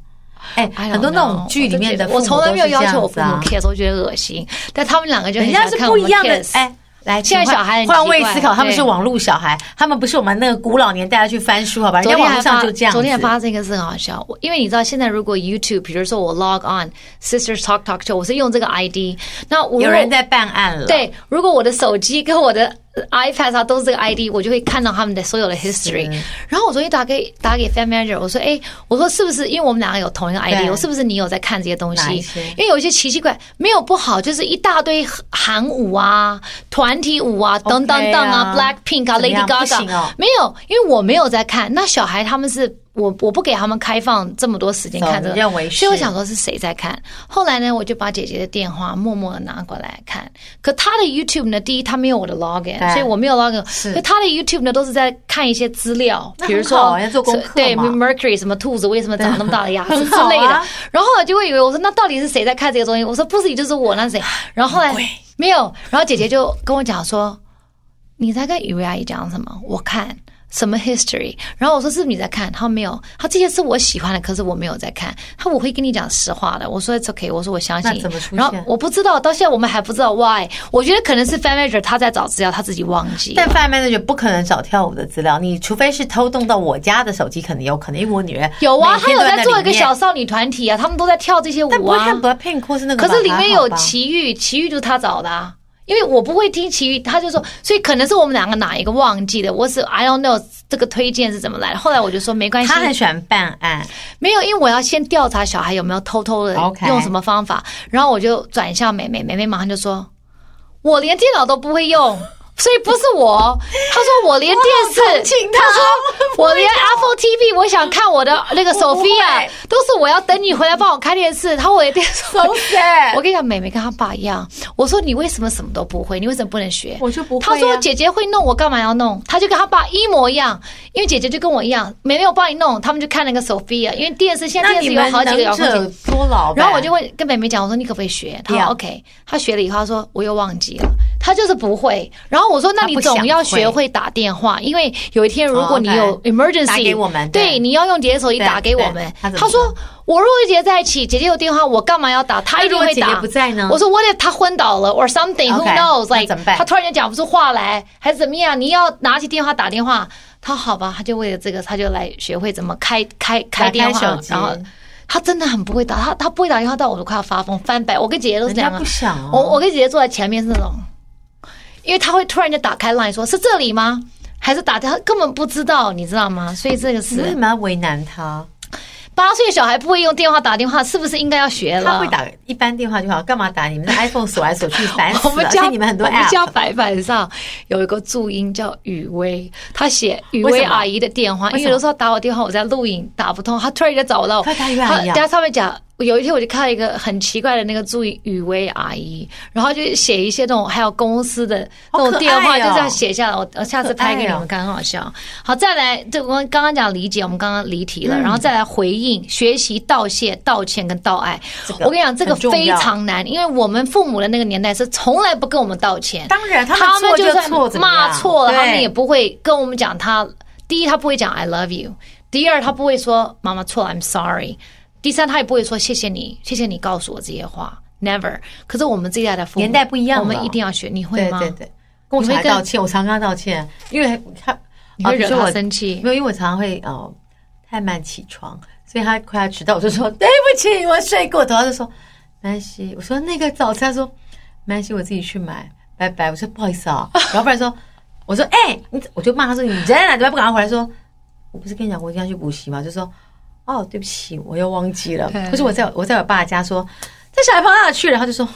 哎，
I don't
很多那种
know，
剧里面的
我
父母
从来没有
都是这
要
样
求我
子
父母
啊
kiss，我觉得恶心。但他们两个就
人
很
家
想
是
看
不
我
一
们
样的
kiss。
哎。来，
现在
请换
小孩很
换
奇
位
怪
思考，他们
对
是网络小孩，他们不是我们那个古老年代要去翻书，好吧？人
昨
家
天
网络
还
上
发，
就这样子。
昨天还发生一个事很好笑，我因为你知道现在如果 YouTube，比如说我 log on Sisters Talk Talk Show，我是用这个 ID，那我
有人在办案了，，
对，如果我的手机跟我的 iPad 啊上都是这个 ID，我就会看到他们的所有的 history
嗯是。
然后我昨天打给打给 Fan Manager，我说：“哎、我说是不是因为我们两个有同一个 ID，
对
我是不是你有在看这些东
哪
西
一些？
因为有一些奇奇怪没有不好，就是一大堆韩舞啊、团体舞啊、等等等啊、
啊
Black Pink 啊、
怎么
Lady
样不行
Gaga，、
哦
没有，因为我没有在看。那小孩他们是。”我我不给他们开放这么多时间看这
哦
个，
你认为是
所以我想我说是谁在看。后来呢，我就把姐姐的电话默默的拿过来看。可她的 YouTube 呢，第一她没有我的 login，
对
所以我没有 login
哎是。
可她的 YouTube 呢，都是在看一些资料
那，很
比如
好
说
啊要做功课
对
嘛
Mercury 什么兔子为什么长那么大的牙齿
很
之
好啊
类的。 然后我就会以为我说那到底是谁在看这个东西？我说不是你就是我，那谁？然后后
啊
来
很贵
没有，然后姐姐就跟我讲说。你在跟雨薇阿姨讲什么？我看。什么 history，然后我说是不是你在看？他说没有，他这些是我喜欢的，可是我没有在看。他我会跟你讲实话的。我说 it's okay，我说我相信
那
你。
怎么出现
然后我不知道，到现在我们还不知道 why。我觉得可能是 fan manager 他在找资料，他自己忘记了。
但 Fan Manager 不可能找跳舞的资料，你除非是偷动到我家的手机，可能有可能，因为我女儿
有啊，
每
他
天
有
都在
在做
那
一
里
个
面
小，少女团体啊，他们都在跳这些
但
舞
不会
啊
看。Blackpink 或是那个
可
吧。
是里
还
面
好
有
吧
奇遇，奇遇就是他找的、啊，因为我不会听奇遇，他就说，所以可能是我们两个哪一个忘记的，我是 I don't know 这个推荐是怎么来的。后来我就说没关系，
他很喜欢办案，
没有，因为我要先调查小孩有没有偷偷的
OK
用什么方法然后我就转向美美，美美马上就说：“我连电脑都不会用， 所以不是 我。”她说：“我连电视。”她说：“我连 Apple TV，我想看我的那个
我不会
Sophia，都是我要等你回来帮我开电视。”她说：“我连电视。”
sad
我跟你讲，美美跟她爸一样。我说：“你为什么什么都不会？你为什么不能学？”
我就不会
她说
啊：“
姐姐会弄，我干嘛要弄？”她就跟她爸一模一样，因为姐姐就跟我一样，妹妹我帮你弄，他们就看那个 Sophia，因为电视现在
那
电
你
视有
们
好几个遥
能
控
者
器。
多劳呗。
然后我就问跟妹妹讲，我说你可不可以学？她说
Yeah.
OK。她学了以后，她说我又忘记了，她就是不会。然后我说那你
她不想
总要学会打电话，因为有一天如果你
哦
有
，OK
emergency，
打给我们对
对，你要用姐姐手机
对
打给我
对
们
她。怎么
她说
说
我如果跟姐姐在一起，姐姐有电话，我干嘛要打？她
那
一
如
定
果
会
姐
打。
姐不在呢
我说 what if 她昏倒了 or something who
OK，
knows
那
like
怎么办
她突然间讲不出话来，还是怎么样？你要拿起电话打电话。她好吧，她就为了这个，她就来学会怎么开开
打
开
开
电话
手，机
然后他真的很不会打，他他不会打电话到我都快要发疯翻白。我跟姐姐都是这样、
人
啊
家不想哦
我我跟姐姐坐在前面是那种，因为他会突然间打开 LINE 说是这里吗？还是打他根本不知道，你知道吗？所以这个
你为
是
什么要为难他？
八岁小孩不会用电话打电话，是不是应该要学了？
他会打一般电话就好，干嘛打你们的 iPhone 锁来锁去，烦死
我
了！
们
而
家
且你们很多
我们家
app，
白板上有一个注音叫雨薇，她写雨
为
薇
什么
阿姨的电话，
为什么
因为有时候打我电话我在录影打不通，她突然间找到我，
快打雨薇阿姨啊
她她上面讲。有一天我就看到一个很奇怪的那个注音雨薇阿姨，然后就写一些那种还有公司的
好可爱哦
那种电话，就这样写下来。我我下次拍给你
可爱哦
们看，很好笑。好，再来，这我们刚刚讲理解，我们刚刚离题
嗯
了，然后再来回应、学习、道谢、道歉跟道爱。
个
我跟你讲，这个
很重
非
要
常难，因为我们父母的那个年代是从来不跟我们道歉。
当然他们
他们
错就
算
错怎么样
骂错了，
对
他们也不会跟我们讲他。第一，他不会讲 I love you；第二，他不会说妈妈错了 I'm sorry；第三，他也不会说谢谢你，谢谢你告诉我这些话。Never。可是我们这一代的父母
年代不一样了
我们一定要学。你会
对
吗？
对对，跟我
你
小
会
孩
跟
道歉，我常跟他道歉，因为他
你会
啊比如
惹
说
他
我
生气
没有，因为我常常会呃太慢起床，所以他快要迟到，我就说对不起，我睡过头。他就说没关系，我说那个早餐，他说没关系，我自己去买，拜拜。我说不好意思啊，然后不然说，我说哎、你我就骂他说你人在哪？怎么不赶快回来？说我不是跟你讲过一定要去补习吗？就说哦，对不起，我又忘记了
对。
可是我在我在我爸家说，这小孩跑哪去了？他就说。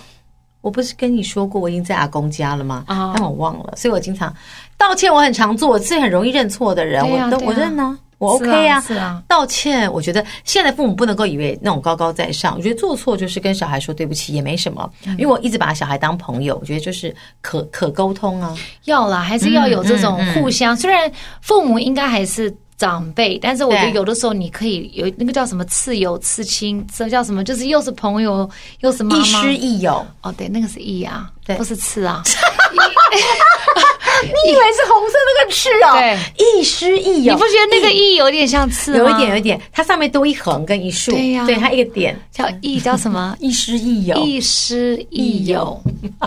我不是跟你说过我已经在阿公家了吗？
哦
但我忘了，所以我经常道歉，我很常做，我是很容易认错的人，
对啊
我都、
对啊
我认啊，我
是啊
OK 啊。
是啊
道歉，我觉得现在父母不能够以为那种高高在上，我觉得做错就是跟小孩说对不起也没什么，
嗯
因为我一直把小孩当朋友，我觉得就是可可沟通啊。
要啦，还是要有这种
嗯
互相。虽然父母应该还是长辈，但是我觉得
对
有的时候你可以有那个叫什么次友、次亲，这叫什么？就是又是朋友又是妈
亦
妈。
师亦友，
哦，对，那个是义啊，
对
不是 次啊。
你以为是红色那个翅
哦
对，亦师亦
你
友，
不觉得那个义有点像次吗？
有一点有一点，它上面多一横跟一竖，
对呀
对，它一个点，？
叫义叫什么
亦师亦友。
亦师亦友，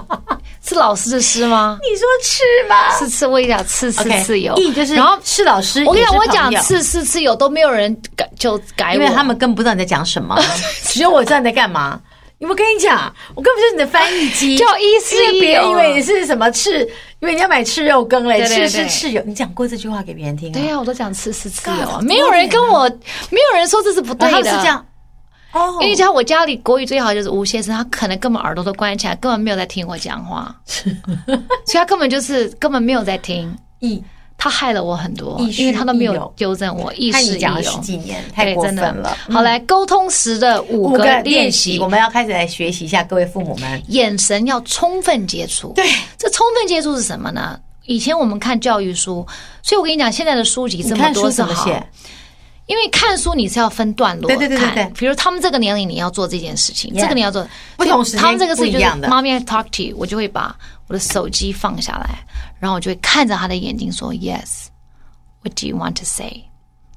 是老师的师吗？
你说翅吗？
是次，我也讲次次
OK，
次友。
亦就是，
然后
是老师，
我跟你
也
讲，
是
我
朋
讲
友
次次次友都没有人改就改
因
我，
为他们根本不知道你在讲什么，哎 只有我知道你在干嘛。我跟你讲，我根本就是你的翻译 机，
叫一是
因为
一
别人
哦
以为你是什么赤，因为你要买赤肉羹嘞，
对对
赤
对
是赤友。你讲过这句话给别人听
对
啊？
呀、我都讲吃吃吃
干
哦
好，
嗯没有人跟我，没有人说这是不对
啊然后他
的。
们是这，样，哦，
因为像我家里国语最好就是吴先生，他可能根本耳朵都关起来，根本没有在听我 讲话，所以他根本就是根本没有在听，
意
他害了我很多，
亦师
因为他都没
亦
有
友
纠正我，亦
看
师
你
亦
讲了十
友。
几年，太
对，
过
真
分
的
了。嗯
好，来沟通时的五
五
个
个
练
练
习
习，我，们要开始来学习一下，各位父母们。
眼神要充分接触。
对，
这充分接触是什么呢？以前我们看教育书，所以我跟你讲，现在的书籍
你
这么
看书
多是
怎么
好。
写？
因为看书你是要分段落
对对对对
看
对
比如他们这个年龄你要做这件事情
Yeah
这个你要做，
不同时间
他们这个事
不
情就
一
是
样的
妈咪 talk to you，我就会把我的手机放下来，然后我就会看着他的眼睛说 yes，我 What do you want to say？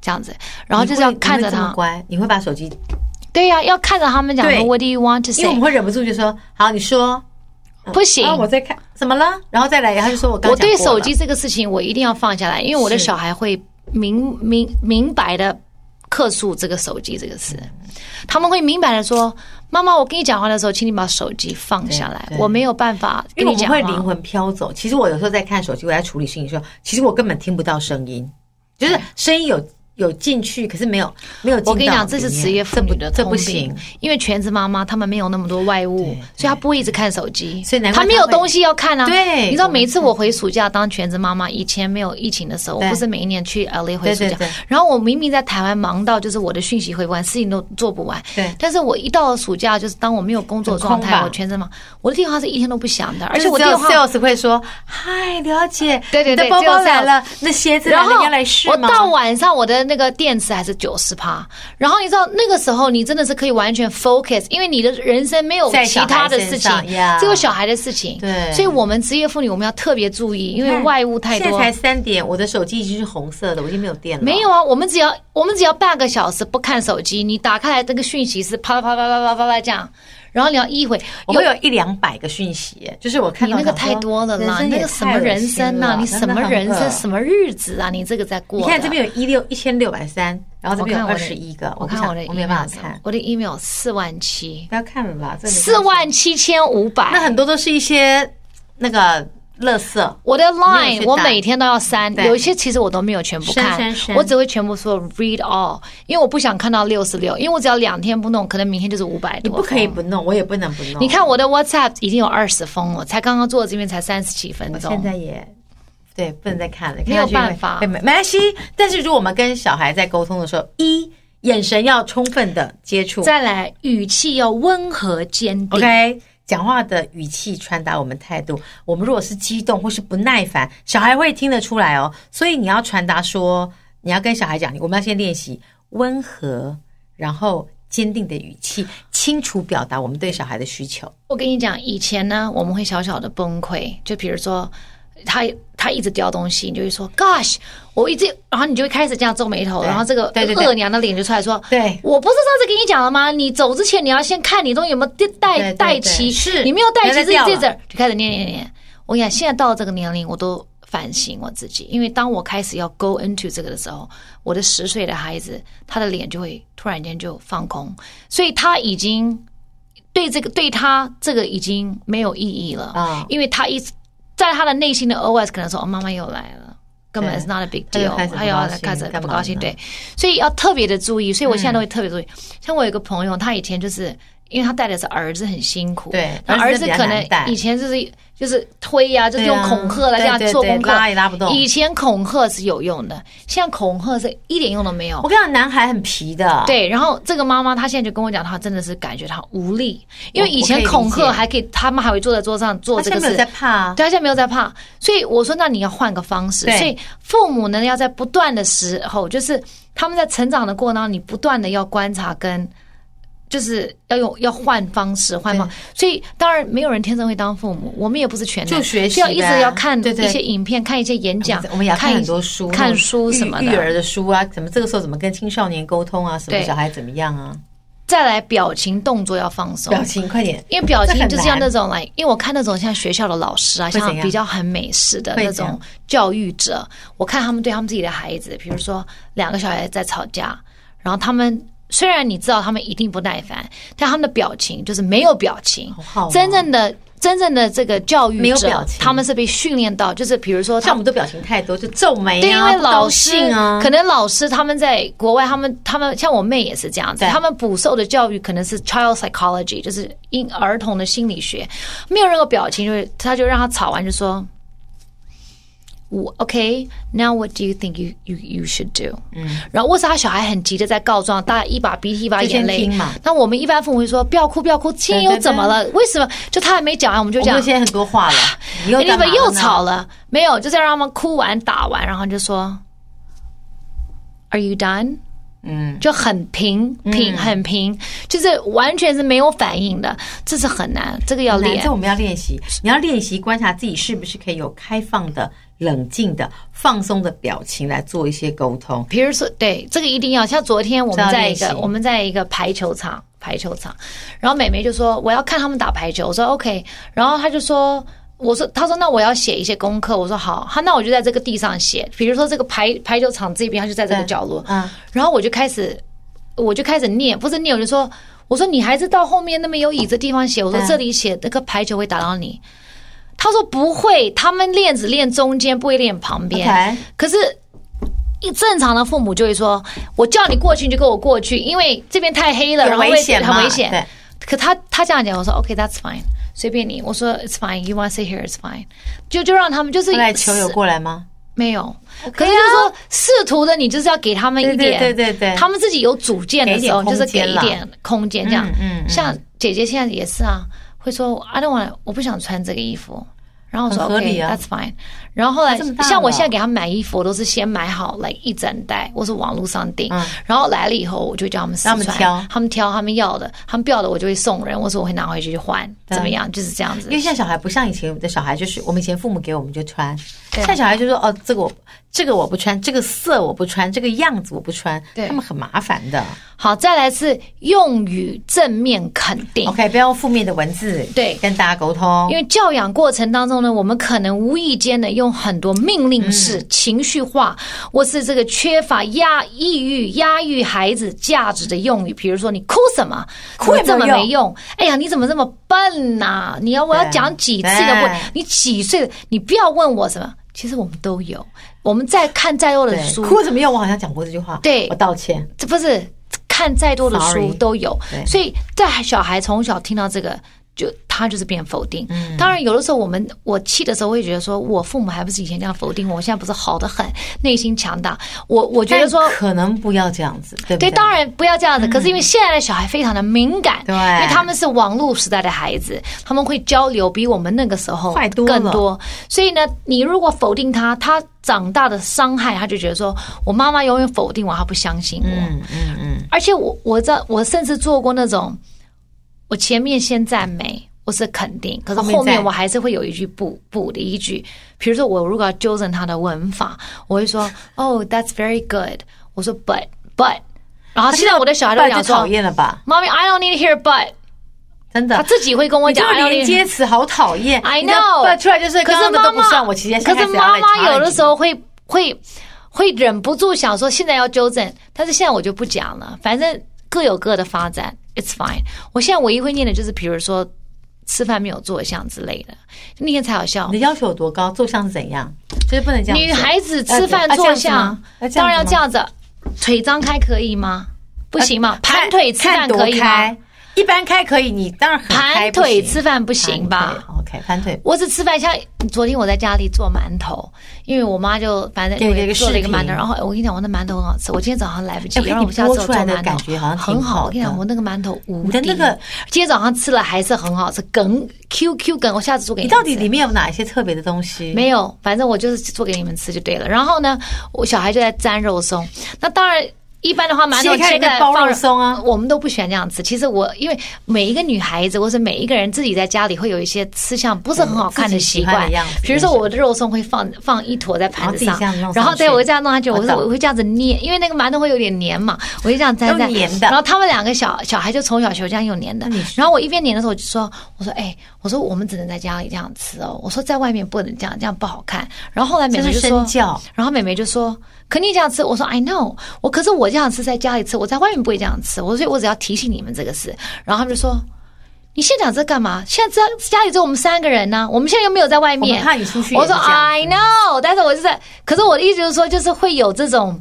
这样子，然后就是要看着
你会你会这么
他，
乖，你会把手机，
对呀、要看着他们讲
对
说 What do you want to
因为我
say？
们会忍不住就说：“好，你说。”
不行，
啊，我在看，怎么了？然后再来，他就说我刚
我
讲
对
过了
手机这个事情我一定要放下来，因为我的
是
小孩会明明明白的克诉这个手机这个事，他们会明白的说：“妈妈，我跟你讲话的时候，请你把手机放下来
对，对
我没有办法
因为
跟你
我们
讲
会
话
灵魂飘走。其实我有时候在看手机，我在处理事情的时候，其实我根本听不到声音，就是声音有有进去，可是没有没有进到
我
里面。
跟你讲，这是职业妇
这不
女的
这
通
不
病，
行。
因为全职妈妈她们没有那么多外物，
对
所以她不会一直看手机，
所以难怪
她没有
她会
东西要看啊。
对
你知道每一次
我们
我回暑假当全职妈妈，以前没有疫情的时候，我
对
不是每一年去 LA 回暑
对
假
对对，
然后我明明在台湾忙到就是我的讯息回不完，事情都做不完，
对
但是我一到了暑假，就是当我没有工作
很
状
空吧
态，我全职忙，我的电话是一天都不响的，而且
就
我
只
电
有
话。
sales 会说：“嗨，了解，
对对对
你的包
只有
包来
sales
了，那鞋子来
然
了，
后
你要来试
我
吗？”
到晚上，我的那个电池还是九十趴。然后你知道那个时候，你真的是可以完全 focus，因为你的人生没有
在
其
小孩
他的
身
事情
上呀，
只有小孩的事情。
对
所以我们职业妇女我们要特别注意，因为
看
外物太
现在
多。
才三点，我的手机已经是红色的，我已经没有电了。
没有啊，我们只要我们只要半个小时不看手机，你打开来那个讯息是啪啪啪啪啪啪啪这样，然后你要一回
我会有一两百个讯息，就是我看
你
到
那个
想
太
说
多了啦，
人生
你那
也
个什
太恶
么人
心
生呐、
了
你
真
什
的
么
很
人
恶
生什么日子啊？你这个在过
你
的，
看这边有一六一千六百三，然后这
我
边
看
有
我
二
的
十一个，不
我看
想
我的
我没有办
email
法
是
看，
我的 email 四万七，
不要看了吧，这个没
四
关系。
万七千五百。
那很多都是一些那个垃圾，
我的
没有
Line
去
我
带
每天都要删，
对
有一些其实我都没有全部看，
删删删
我只会全部说 read all，因为我不想看到六十六，因为我只要两天不弄，可能明天就是五百
你
多。
不可以。不弄，我也不能不弄。
你，看我的 WhatsApp 已经有二十封了，才刚刚做这边才三十几分
我
钟。
现在也。对，不能再看了，
没有办法
对，没没关系。但是如果我们跟小孩在沟通的时候，一眼神要充分的接触
再来，语气要温和坚定。
，OK，讲话的语气传达我们态度。我们如果是激动或是不耐烦，小孩会听得出来哦。所以你要传达说，你要跟小孩讲，我们要先练习温和，然后坚定的语气，清楚表达我们对小孩的需求。
我跟你讲，以前呢，我们会小小的崩溃，就比如说。他他一直掉东西，你就会说 “Gosh”，我一直，然后你就会开始这样皱眉头，
对
然后这个
对对对
恶娘的脸就出来说：“
对
我不是上次跟你讲了吗？你走之前你要先看你东西有没有
对
带
对
带
对
齐，
是
你没有带
不要
齐
再
自己
掉
这
了
这就开始念念念。我跟你讲，现在到了这个年龄，我都反省我自己，因为当我开始要 go into 这个的时候，我的十岁的孩子，他的脸就会突然间就放空，所以他已经对这个对他这个已经没有意义了，
啊
因为他一直在他的内心的 OS 可能说，哦，妈妈又来了。根本
对
is not a big
他就
deal，
开始不
他要
高兴
开始
干
不
嘛
高兴，
呢嗯
对，所以要特别的注意。所以我现在都会特别注意。像我有一个朋友，他以前就是因为他带的是儿子，很辛苦，
对
然后
儿
儿
子
子
比较
可
难
能
带
以前就是就是推呀、就是用
对啊
恐吓来这样
对对
做
对
功课，
拉也拉不动
以前恐吓是有用的，现在恐吓是一点用都没有
我。跟你讲，男孩很皮的，，
对，然后这个妈妈她现在就跟我讲，她真的是感觉她无力，因为
我我
以
可
前
以理
恐
解
吓还可以，他们还会坐在桌上做
他
这
现
个
在没有
事
在，怕啊。
对，他现在没有在怕，所以我说，那你要换个方式。
对
所以父母呢，要在不断的时候，就是他们在成长的过程当中，你不断的要观察跟，就是要用要换方式，换方。所以当然，没有人天生会当父母，我们也不是全能，
就学习
要一
呗
直要看
对对
一些影片，看一些演讲，
我们也要看
一
很多书，
看书
育
什么
育
的。
儿的书啊，怎么这个时候怎么跟青少年沟通啊，什么
对
小孩怎么样啊，
再来，表情动作要放松，
表情快点，
因为表情就是要
这很难
那种来，因为我看那种像学校的老师啊，
会怎
像
样
比较很美式的
会
那
怎样
种教育者，我看他们对他们自己的孩子，比如说两个小孩在吵架，然后他们虽然你知道他们一定不耐烦，但他们的表情就是没有表情
好好哦，
真正的。真正的这个教
没
育
有表
者
情，
他们是被训练到，就是比如说他
像我们都表情太多，就皱眉啊，
对，因为
不高
老师
兴啊，
可能老师他们在国外，他们他们像我妹也是这样子
对，
他们补受的教育可能是 child psychology，就是婴儿童的心理学，没有任何表情，就是他就让他吵完就说。我 OK，now、what do you think you you you should do？嗯，然后或是他小孩很急的在告状，大家一把鼻涕一把
就先
眼泪
听嘛。
那我们一般父母会说不要哭不要哭，亲
对啊
又
对
怎么了？为什么？就他还没讲完，我们就
我
讲
们现在很多话了， 你又
你
干嘛
们又
呢
吵了？没有，就是要让他们哭完、打完，然后就说，Are you done？嗯，就很平
嗯
平、很平，就是完全是没有反应的，这是很难，这个要
很难
练
这。我们要练习，你要练习观察自己是不是可以有开放的冷静的、放松的表情来做一些沟通。
比如说，对这个一定要像昨天我
这要
们在一
练习
个我们在一个排球场排球场，然后美眉就说我要看他们打排球，我说 OK，然后她就说。我说，她说那我要写一些功课，我说好，她那我就在这个地上写，比如说这个排排球场这边，她就在这个
对
角落，
嗯
然后我就开始，我就开始念，不是念，我就说，我说你还是到后面那边有椅子地方写，我说
对
这里写那个排球会打到你，他说不会，他们练只练中间，不会练旁边。
OK
可是，一正常的父母就会说：“我叫你过去，你就跟我过去，因为这边太黑了，
有
然后会
危险嘛
很危险
对。”
可他他这样讲，我说：“OK，that's、fine，随便你。”我说：“It's fine. You want to sit here? It's fine.” 就就让他们就是
后来球有过来吗？
没有。可是就是说，试图的你就是要给他们一点，
啊对对对对对
他们自己有主见的时候，
给
就
一点空
是给
间
一
啦
点空间这样。
嗯嗯嗯
像姐姐现在也是啊，会说 I don't want，我不想穿这个衣服。然后我说
很合理啊
OK，that's、fine。然后后来
这么大了
像我现在给他买衣服，我都是先买好来一整袋，我是网络上订、
嗯
然后来了以后，我就叫他们试
让他们
穿，
挑
他们挑他们要的，他们不要的我就会送人，我说我会拿回去去换，
对
怎么样？就是这样子
因。为现在小孩不像以前的小孩，就是我们以前父母给我们就穿，
对
现在小孩就说哦，这个我这个我不穿，这个色我不穿，这个样子我不穿，
对
他们很麻烦的。
好，再来是用语正面肯定。
OK，不要用负面的文字
对
跟大家沟通
因。为教养过程当中呢，我们可能无意间的用很多命令式、
嗯
情绪化，或是这个缺乏压抑郁、压抑孩子价值的用语，比如说你哭什么，
哭也没有
怎么这么没用，哎呀，你怎么这么笨呐、你要我要
对
讲几次的问
对，
你几岁的，你不要问我什么，其实我们都有，我们在看再多的
对，
书，
哭有什么用？我好像讲过这句话。
对
我道歉。
这不是看再多的书
Sorry
都有，
对
所以在小孩从小听到这个。就他就是变否定，
嗯
当然有的时候我们我气的时候会觉得说，我父母还不是以前那样否定我，我现在不是好的很，内心强大。我我觉得说
但，可能不要这样子，对不嗯
对，当然不要这样子。可是因为现在的小孩非常的敏感，
对
因为他们是网络时代的孩子，他们会交流比我们那个时候
快多了
更多。所以呢，你如果否定他，他长大的伤害，他就觉得说我妈妈永远否定我，她不相信我。
嗯嗯嗯，
而且我我在我甚至做过那种，我前面先赞美，我是肯定，可是后
后面
面
赞
我还是会有一句补补的一句，比如说我如果要纠正他的文法，我会说 Oh, that's very good。我说 But but，然后现在我的小孩
不
都
然就
讲
讨
说，
厌了吧？
妈咪，I don't need to hear but，
真的
他，自己会跟我
你这
讲
个
I don't
连
need-
接词好讨厌。
I
你知道
know，
不出来就是
可
刚
是
刚的
妈
都不
妈
算，我其实
可是妈妈有的时
候
候会会会忍不住想说，现在要纠正，但是现在我就不讲了，反正各有各的发展，it's fine。我现在唯一会念的就是，比如说吃饭没有坐相之类的，那天才好笑
你的。要求有多高？坐相是怎样？就是不能这样子。啊
女孩子吃饭
要这
坐
样子
相
吗，啊要这样子吗
当然要这样子，腿张开可以吗？不行嘛，
啊看
盘腿吃饭
看多
可以吗
开？一般开可以，你当然很开
盘
不行
腿吃饭不行吧？
盘腿？OK，盘腿
我只吃饭，像昨天我在家里做馒头，因为我妈就反正
给了一个
做了一个
视
馒
频
头，然后哎我跟你讲，我那馒头很好吃，我今天早上来不及，
哎我跟
然后
你
我下次
剥
我
出
做
来的
馒
感
头
觉好像挺
很
好
我跟你讲，
的
我那个馒头无
你的那个
今天早上吃了还是很好吃，梗 Q Q 梗，我下次做给
你
你
到底
吃
里面有哪一些特别的东西？
没有，反正我就是做给你们吃就对了。然后呢，我小孩就在沾肉松，那当然。一般的话，馒头
切开
切
里面
个
包
放
肉松啊
我们都不喜欢这样吃。其实我因为每一个女孩子，或是每一个人自己在家里会有一些吃相不是很好看的习
自己喜欢
惯
的样子，
比如说我的肉松会放放一坨在盘子上
然后自己这样弄上，去
然后对我会这样弄下去，我
我
说
懂
我会这样子捏，因为那个馒头会有点黏嘛，我就这样沾沾
用黏的
然后他们两个小小孩就从小学这样用黏的
你，
然后我一边黏的时候，我就说：“我说，哎、我说我们只能在家里这样吃哦，我说在外面不能这样，这样不好看。”然后后来美
这
眉
是
就
身
说
教，
然后美眉就说：“可你这样吃，我说 I know，我可是我这样吃在家里吃，我在外面不会这样吃，我所以我只要提醒你们这个事。”然后他们就说。你现在讲这干嘛？现在这家里只有我们三个人呢、我们现在又没有在外
我
面。
们怕你出去也
我
是这
说
样
I know，但是我就是，可是我的意思就是说，就是会有这种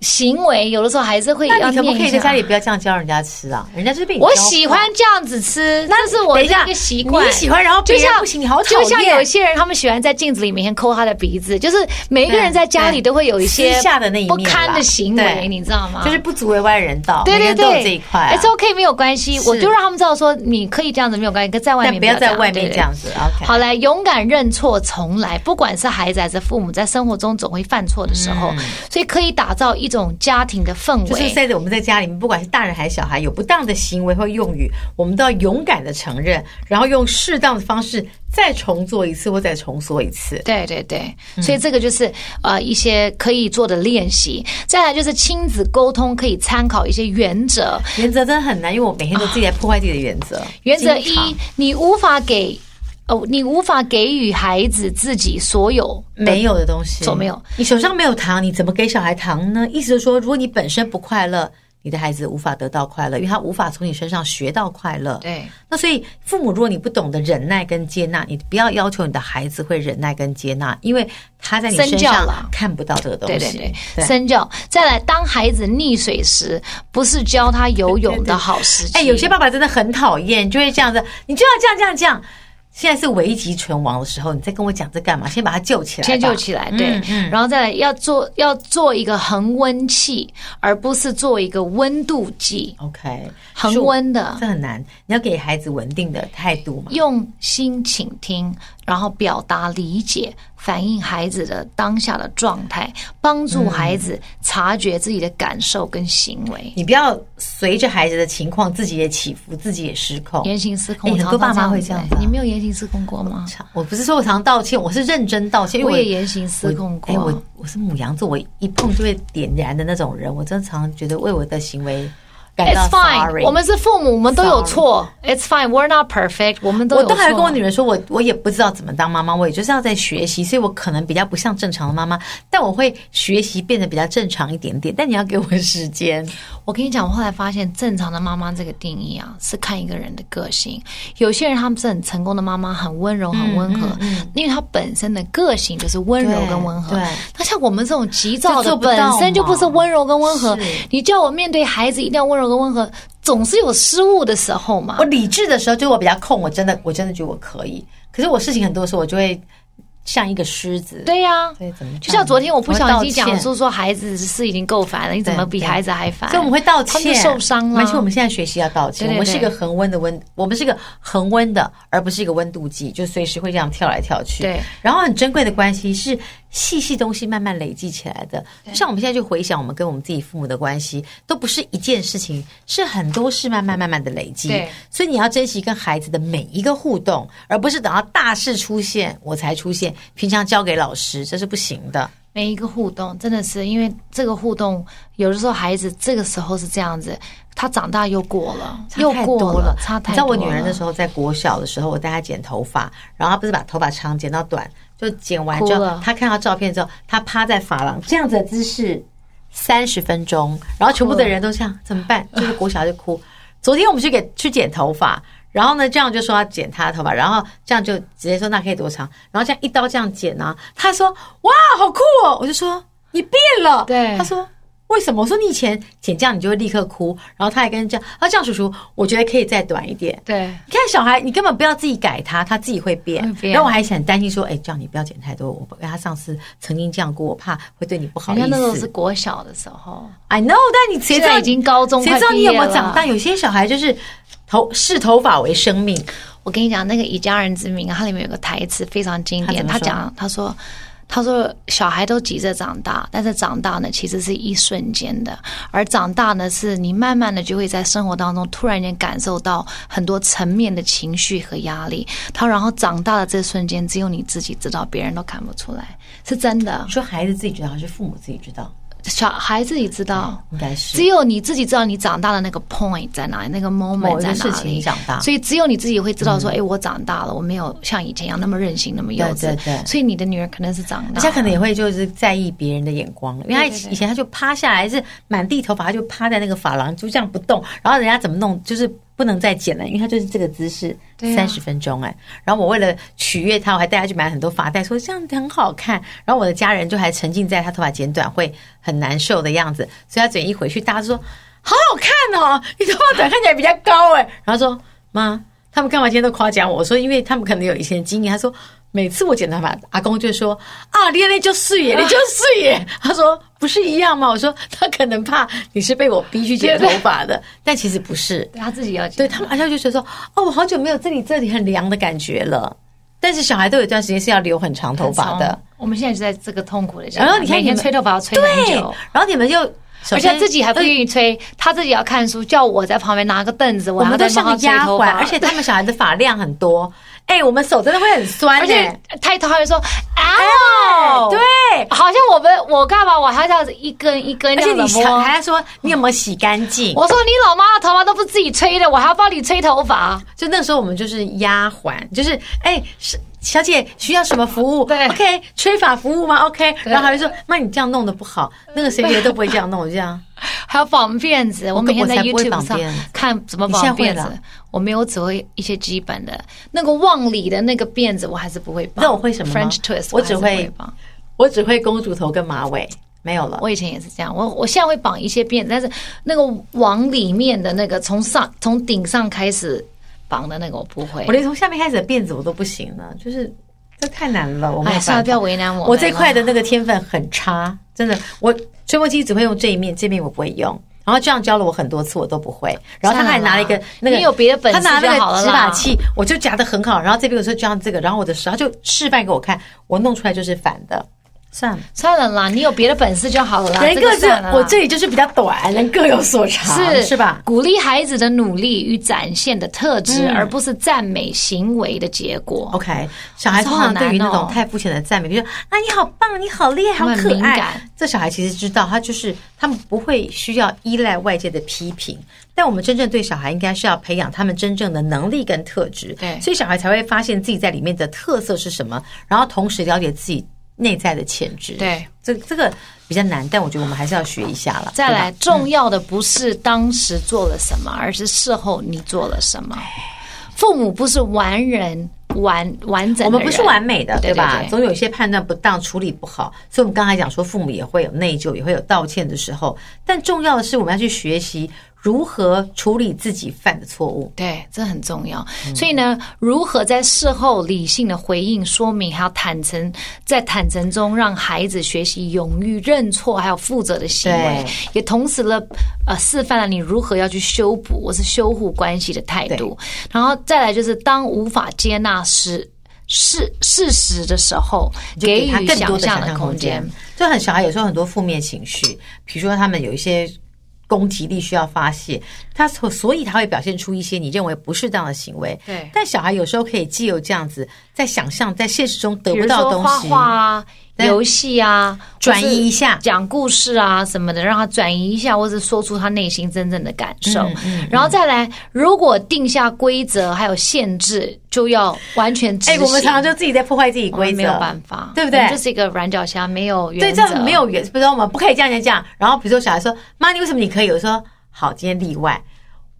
行为，有的时候还是会
那
要
你可不可
念
以
一
在
下
家里不要这样教人家吃啊？人家就是被你
我
教
喜
坏
欢这样子吃，那是
等
我的
一下
一个习惯。
你喜欢然后别
就
人
像
不行你好讨
就
厌
像有些人他们喜欢在镜子里每天抠他的鼻子，就是每一个人
对
在家里
对
都会有一些
私下的那一面
不
啦
堪的行为，
对
你知道吗？
就是不足为外人道，
啊对
每个
对
人都有
对，哎
这一块啊
It's OK，没有关系，
是
我就让他们知道说你可以这样子没有关系，可在外
但
面
不要在
样
外
对
面
对
这样子。OK，
好来，勇敢认错重来，不管是孩子还是父母，在生活中总会犯错的时候，所以可以打造一一种家庭的氛围。
嗯就是在我们在家里面，不管是大人还是小孩，有不当的行为或用语，我们都要勇敢的承认，然后用适当的方式再重做一次或再重说一 次。
对对对，
嗯
所以这个就是、呃一些可以做的练习。再来就是亲子沟通可以参考一些原则。
原则真的很难，因为我每天都自己在破坏自己的原则。
原则
经常
一，你无法给哦，你无法给予孩子自己所有
没有的东西，
所没有。
你手上没有糖，你怎么给小孩糖呢？意思就是说，如果你本身不快乐，你的孩子无法得到快乐，因为他无法从你身上学到快乐。
对。
那所以，父母如果你不懂得忍耐跟接纳，你不要要求你的孩子会忍耐跟接纳，因为他在你身
身教
上
啦
看不到这个东
对
西。
对对，身教。再来，当孩子溺水时，不是教他游泳的好时机。
哎，有些爸爸真的很讨厌，就会这样子，你就要这样这样这样。现在是危急存亡的时候，你再跟我讲这干嘛？先把他救起来吧，
先救
嗯
起来，对，然后再来要做要做一个恒温器，而不是做一个温度计，
OK，
恒
是我
温的，
这很难，你要给孩子稳定的态度嘛。
用心倾听，然后表达理解，反映孩子的当下的状态，帮助孩子察觉自己的感受跟行为，
你不要随着孩子的情况，自己也起伏，自己也失控。
言行失控。
哎很多
常常
爸妈会这
子
样
哎
子啊
你没有言行失控过吗？
我不是说我常道歉，哎我是认真道歉，因为
我也言行失控
哎，我
过。啊
我是母羊座，我一碰就会点燃的那种人，我真的常觉得为我的行为感到
It's
哎 sorry。
fine，我们是父母，我们都有错。It's fine，we're not perfect，我们都
我
有错。
都还跟我女儿说，我我也不知道怎么当妈妈，我也就是要在学习，所以我可能比较不像正常的妈妈，但我会学习变得比较正常一点点。但你要给我时间，
我跟你讲，我后来发现，正常的妈妈这个定义啊，是看一个人的个性。有些人他们是很成功的妈妈，很温柔、很温和，因为她本身的个性就是温柔跟温和
对对。
那像我们这种急
就
躁的，
做不到嘛
本身就不是温柔跟温和
是。
你叫我面对孩子一定要温柔跟温和，总是有失误的时候嘛
我。理智的时候，就我比较控，我真的我真的觉得我可以。可是我事情很多的时候，我就会像一个狮子，
对呀、
对，怎么办
就像昨天我不小心
我会
讲
道歉
说说孩子是已经够烦了，你怎么比
对
孩子还烦？
所以我们会道歉，
他们就受伤了。
而且我们现在学习要道歉，
对对对
我们是一个恒温的温，我们是一个恒温的，而不是一个温度计，就随时会这样跳来跳去。
对，
然后很珍贵的关系是细细东西慢慢累积起来的。就像我们现在去回想我们跟我们自己父母的关系，都不是一件事情，是很多事慢慢慢慢的累积。
对
所以你要珍惜跟孩子的每一个互动，而不是等到大事出现我才出现，平常交给老师这是不行的。
每一个互动真的是，因为这个互动，有的时候孩子这个时候是这样子，他长大又过了，又
太
过
多了，
差
你
太
知道
多了。
我女儿那时候在国小的时候，我带她剪头发，然后她不是把头发长剪到短，就剪完之
哭
后
了，
她看到照片之后，她趴在发廊这样子的姿势三十分钟，然后全部的人都这样，怎么办？就是国小就哭。昨天我们去给去剪头发。然后呢，这样就说要剪她的头发，然后这样就直接说那可以多长，然后这样一刀这样剪啊，她说哇好酷哦，我就说你变了，
对
她说为什么？我说你以前剪这样你就会立刻哭，然后他还跟人家，啊这样叔叔，我觉得可以再短一点。
对，
你看小孩，你根本不要自己改他，他自己会变。
会变
然后我还很担心说，哎，这样你不要剪太多，我因为他上次曾经这样过，我怕会对你不好
人
意
家
思。
那时候是国小的时候，
I know，但你谁知
现
道
在已经高中
谁
快
知道你
毕
有
业
没有
了
长大？有些小孩就是头视头发为生命，
我跟你讲，那个《以家人之名》啊，它里面有个台词非常经典，
他
他
怎么说
讲他说。他说：“小孩都急着长大，但是长大呢，其实是一瞬间的。而长大呢，是你慢慢的就会在生活当中突然间感受到很多层面的情绪和压力。他然后长大的这瞬间，只有你自己知道，别人都看不出来，是真的
你。说孩子自己知道还是父母自己知道？
小孩自己知道，
应该
只
是。
有你自己知道你长大的那个 point 在哪里，那个
某
moment
一
在
个事
哪
情
里。
长大，
所以只有你自己会知道说，哎、我长大了，我没有像以前一样那么任性，那么幼稚。
对对对
所以你的女儿可能是长大了，
而且可能也会就是在意别人的眼光了，因为他
嗯对对对
以前他就趴下来是满地头发，他就趴在那个发廊就这样不动，然后人家怎么弄就是不能再剪了，因为他就是这个姿势
对啊
三十分钟哎、然后我为了取悦他，我还带他去买很多发带，说这样很好看。然后我的家人就还沉浸在他头发剪短会很难受的样子，所以他嘴一回去，大家就说好好看哦，你头发短看起来比较高哎、然后说妈，他们干嘛今天都夸奖我？我说因为他们可能有以前的经验。他说每次我剪头发，阿公就说啊，你那就是 耶，你就是耶。 他说不是一样吗？我说他可能怕你是被我逼去剪头发的， 但其实不是。
对她自己要
对他们，而且就觉得说哦，我好久没有这里这里很凉的感觉了。但是小孩都有一段时间是要留很长头发
很
的
长，我们现在就在这个痛苦的阶段，
然后你看
每
你
天
们
吹头发要吹很
对
久。，
然后你们又
而
首
且
先
他自己还不愿意吹，他自己要看书，叫我在旁边拿个凳子，
我
还要
们都
在
像个
帮他吹
丫
头
鬟，
发，
而且他们小孩的发量很多，哎、我们手真的会很酸、
而且
欸，
抬头还会说啊，
哎，对，。
好像我们我干嘛？我还这样子一根一根
而
这
且
样
你
子
小
摸。
还说你有没有洗干 净？
我说你老妈的头发都不是自己吹的，我还要帮你吹头发。
就那时候我们就是丫鬟，就是哎、是小姐需要什么服务？
对
，OK，吹法服务吗？OK，
对
然后还会说妈你这样弄得不好，那个谁谁都不会这样弄，我就这样。
还有绑辫子，我每天在
我才不会
YouTube
绑
上
辫子
看怎么绑
你
辫
现在会
子
了，
我没有，我只会一些基本的。那个望里的那个辫子，我还是不会绑。
那我会什么吗
French twist，
我只
还是不
会
绑。
我只会公主头跟马尾，没有了。
我以前也是这样，我我现在会绑一些辫子，但是那个往里面的那个从上从顶上开始绑的那个我不会
我。连从下面开始的辫子我都不行了，就是这太难了，我没有
哎，
办
算
法。
了，不要为难我。
我这块的那个天分很差，真的，我吹风机只会用这一面，这面我不会用。然后这样教了我很多次，我都不会。然后他还拿了一个
算了啦
那个，
你有别的本事
他拿那
就好了
个
啦
指法器，我就夹得很好。然后这边我说就像这个，然后我的手他就示范给我看，我弄出来就是反的。算了，
算了啦，你有别的本事就好了啦。
人
这
各
个
自
算了，啦
我这里就是比较短，人各有所长，
是
是吧？
鼓励孩子的努力与展现的特质，
嗯哦
而不是赞美行为的结果。
OK，小孩
这
通
好
常对于那
难哦
种太肤浅的赞美，比如说啊你好棒，你好厉害，
他
好
们
可
敏
爱
感。
这小孩其实知道，他就是他们不会需要依赖外界的批评，但我们真正对小孩应该是要培养他们真正的能力跟特质。
对
所以小孩才会发现自己在里面的特色是什么，然后同时了解自己内在的潜质。
对，
这这个比较难，但我觉得我们还是要学一下了。
再
对吧嗯
来，重要的不是当时做了什么，而是事后你做了什么。父母不是完人完完整的
我
人，
们不是完美的，
对
对吧？
对对
总有一些判断不当、处理不好，所以我们刚才讲说，父母也会有内疚，也会有道歉的时候。但重要的是，我们要去学习如何处理自己犯的错误。
对，这很重要。
嗯
所以呢，如何在事后理性的回应、说明，还有坦诚，在坦诚中让孩子学习勇于认错，还有负责的行为
对，
也同时了呃示范了你如何要去修补或是修护关系的态度。然后再来就是，当无法接纳时。事事实的时候，
就
给
他
予
更多
想
的
象
想
的
象
空
空
间
间。。就很小孩有时候很多负面情绪，比如说他们有一些攻击力需要发泄，他所所以他会表现出一些你认为不适当的行为。
对
但小孩有时候可以借由这样子，在想象在现实中得
比
不
如
到的
说
东
画
西，
画啊、
对
游戏啊，
转
或是
移一下。
讲故事啊什么的，让他转移一下，或者说出他内心真正的感受，
嗯
然后再来，如果定下规则还有限制，就要完全执
哎、
行。
我们常常就自己在破坏自己
我们
规则，
哦没有办法，
对不对
我们就是一个软脚虾，没有原
对，
则，
这样没。有原，不知道吗？不可以这样这样这样。然后比如说小孩说：“妈，你为什么你可以？”我说：“好，今天例外。”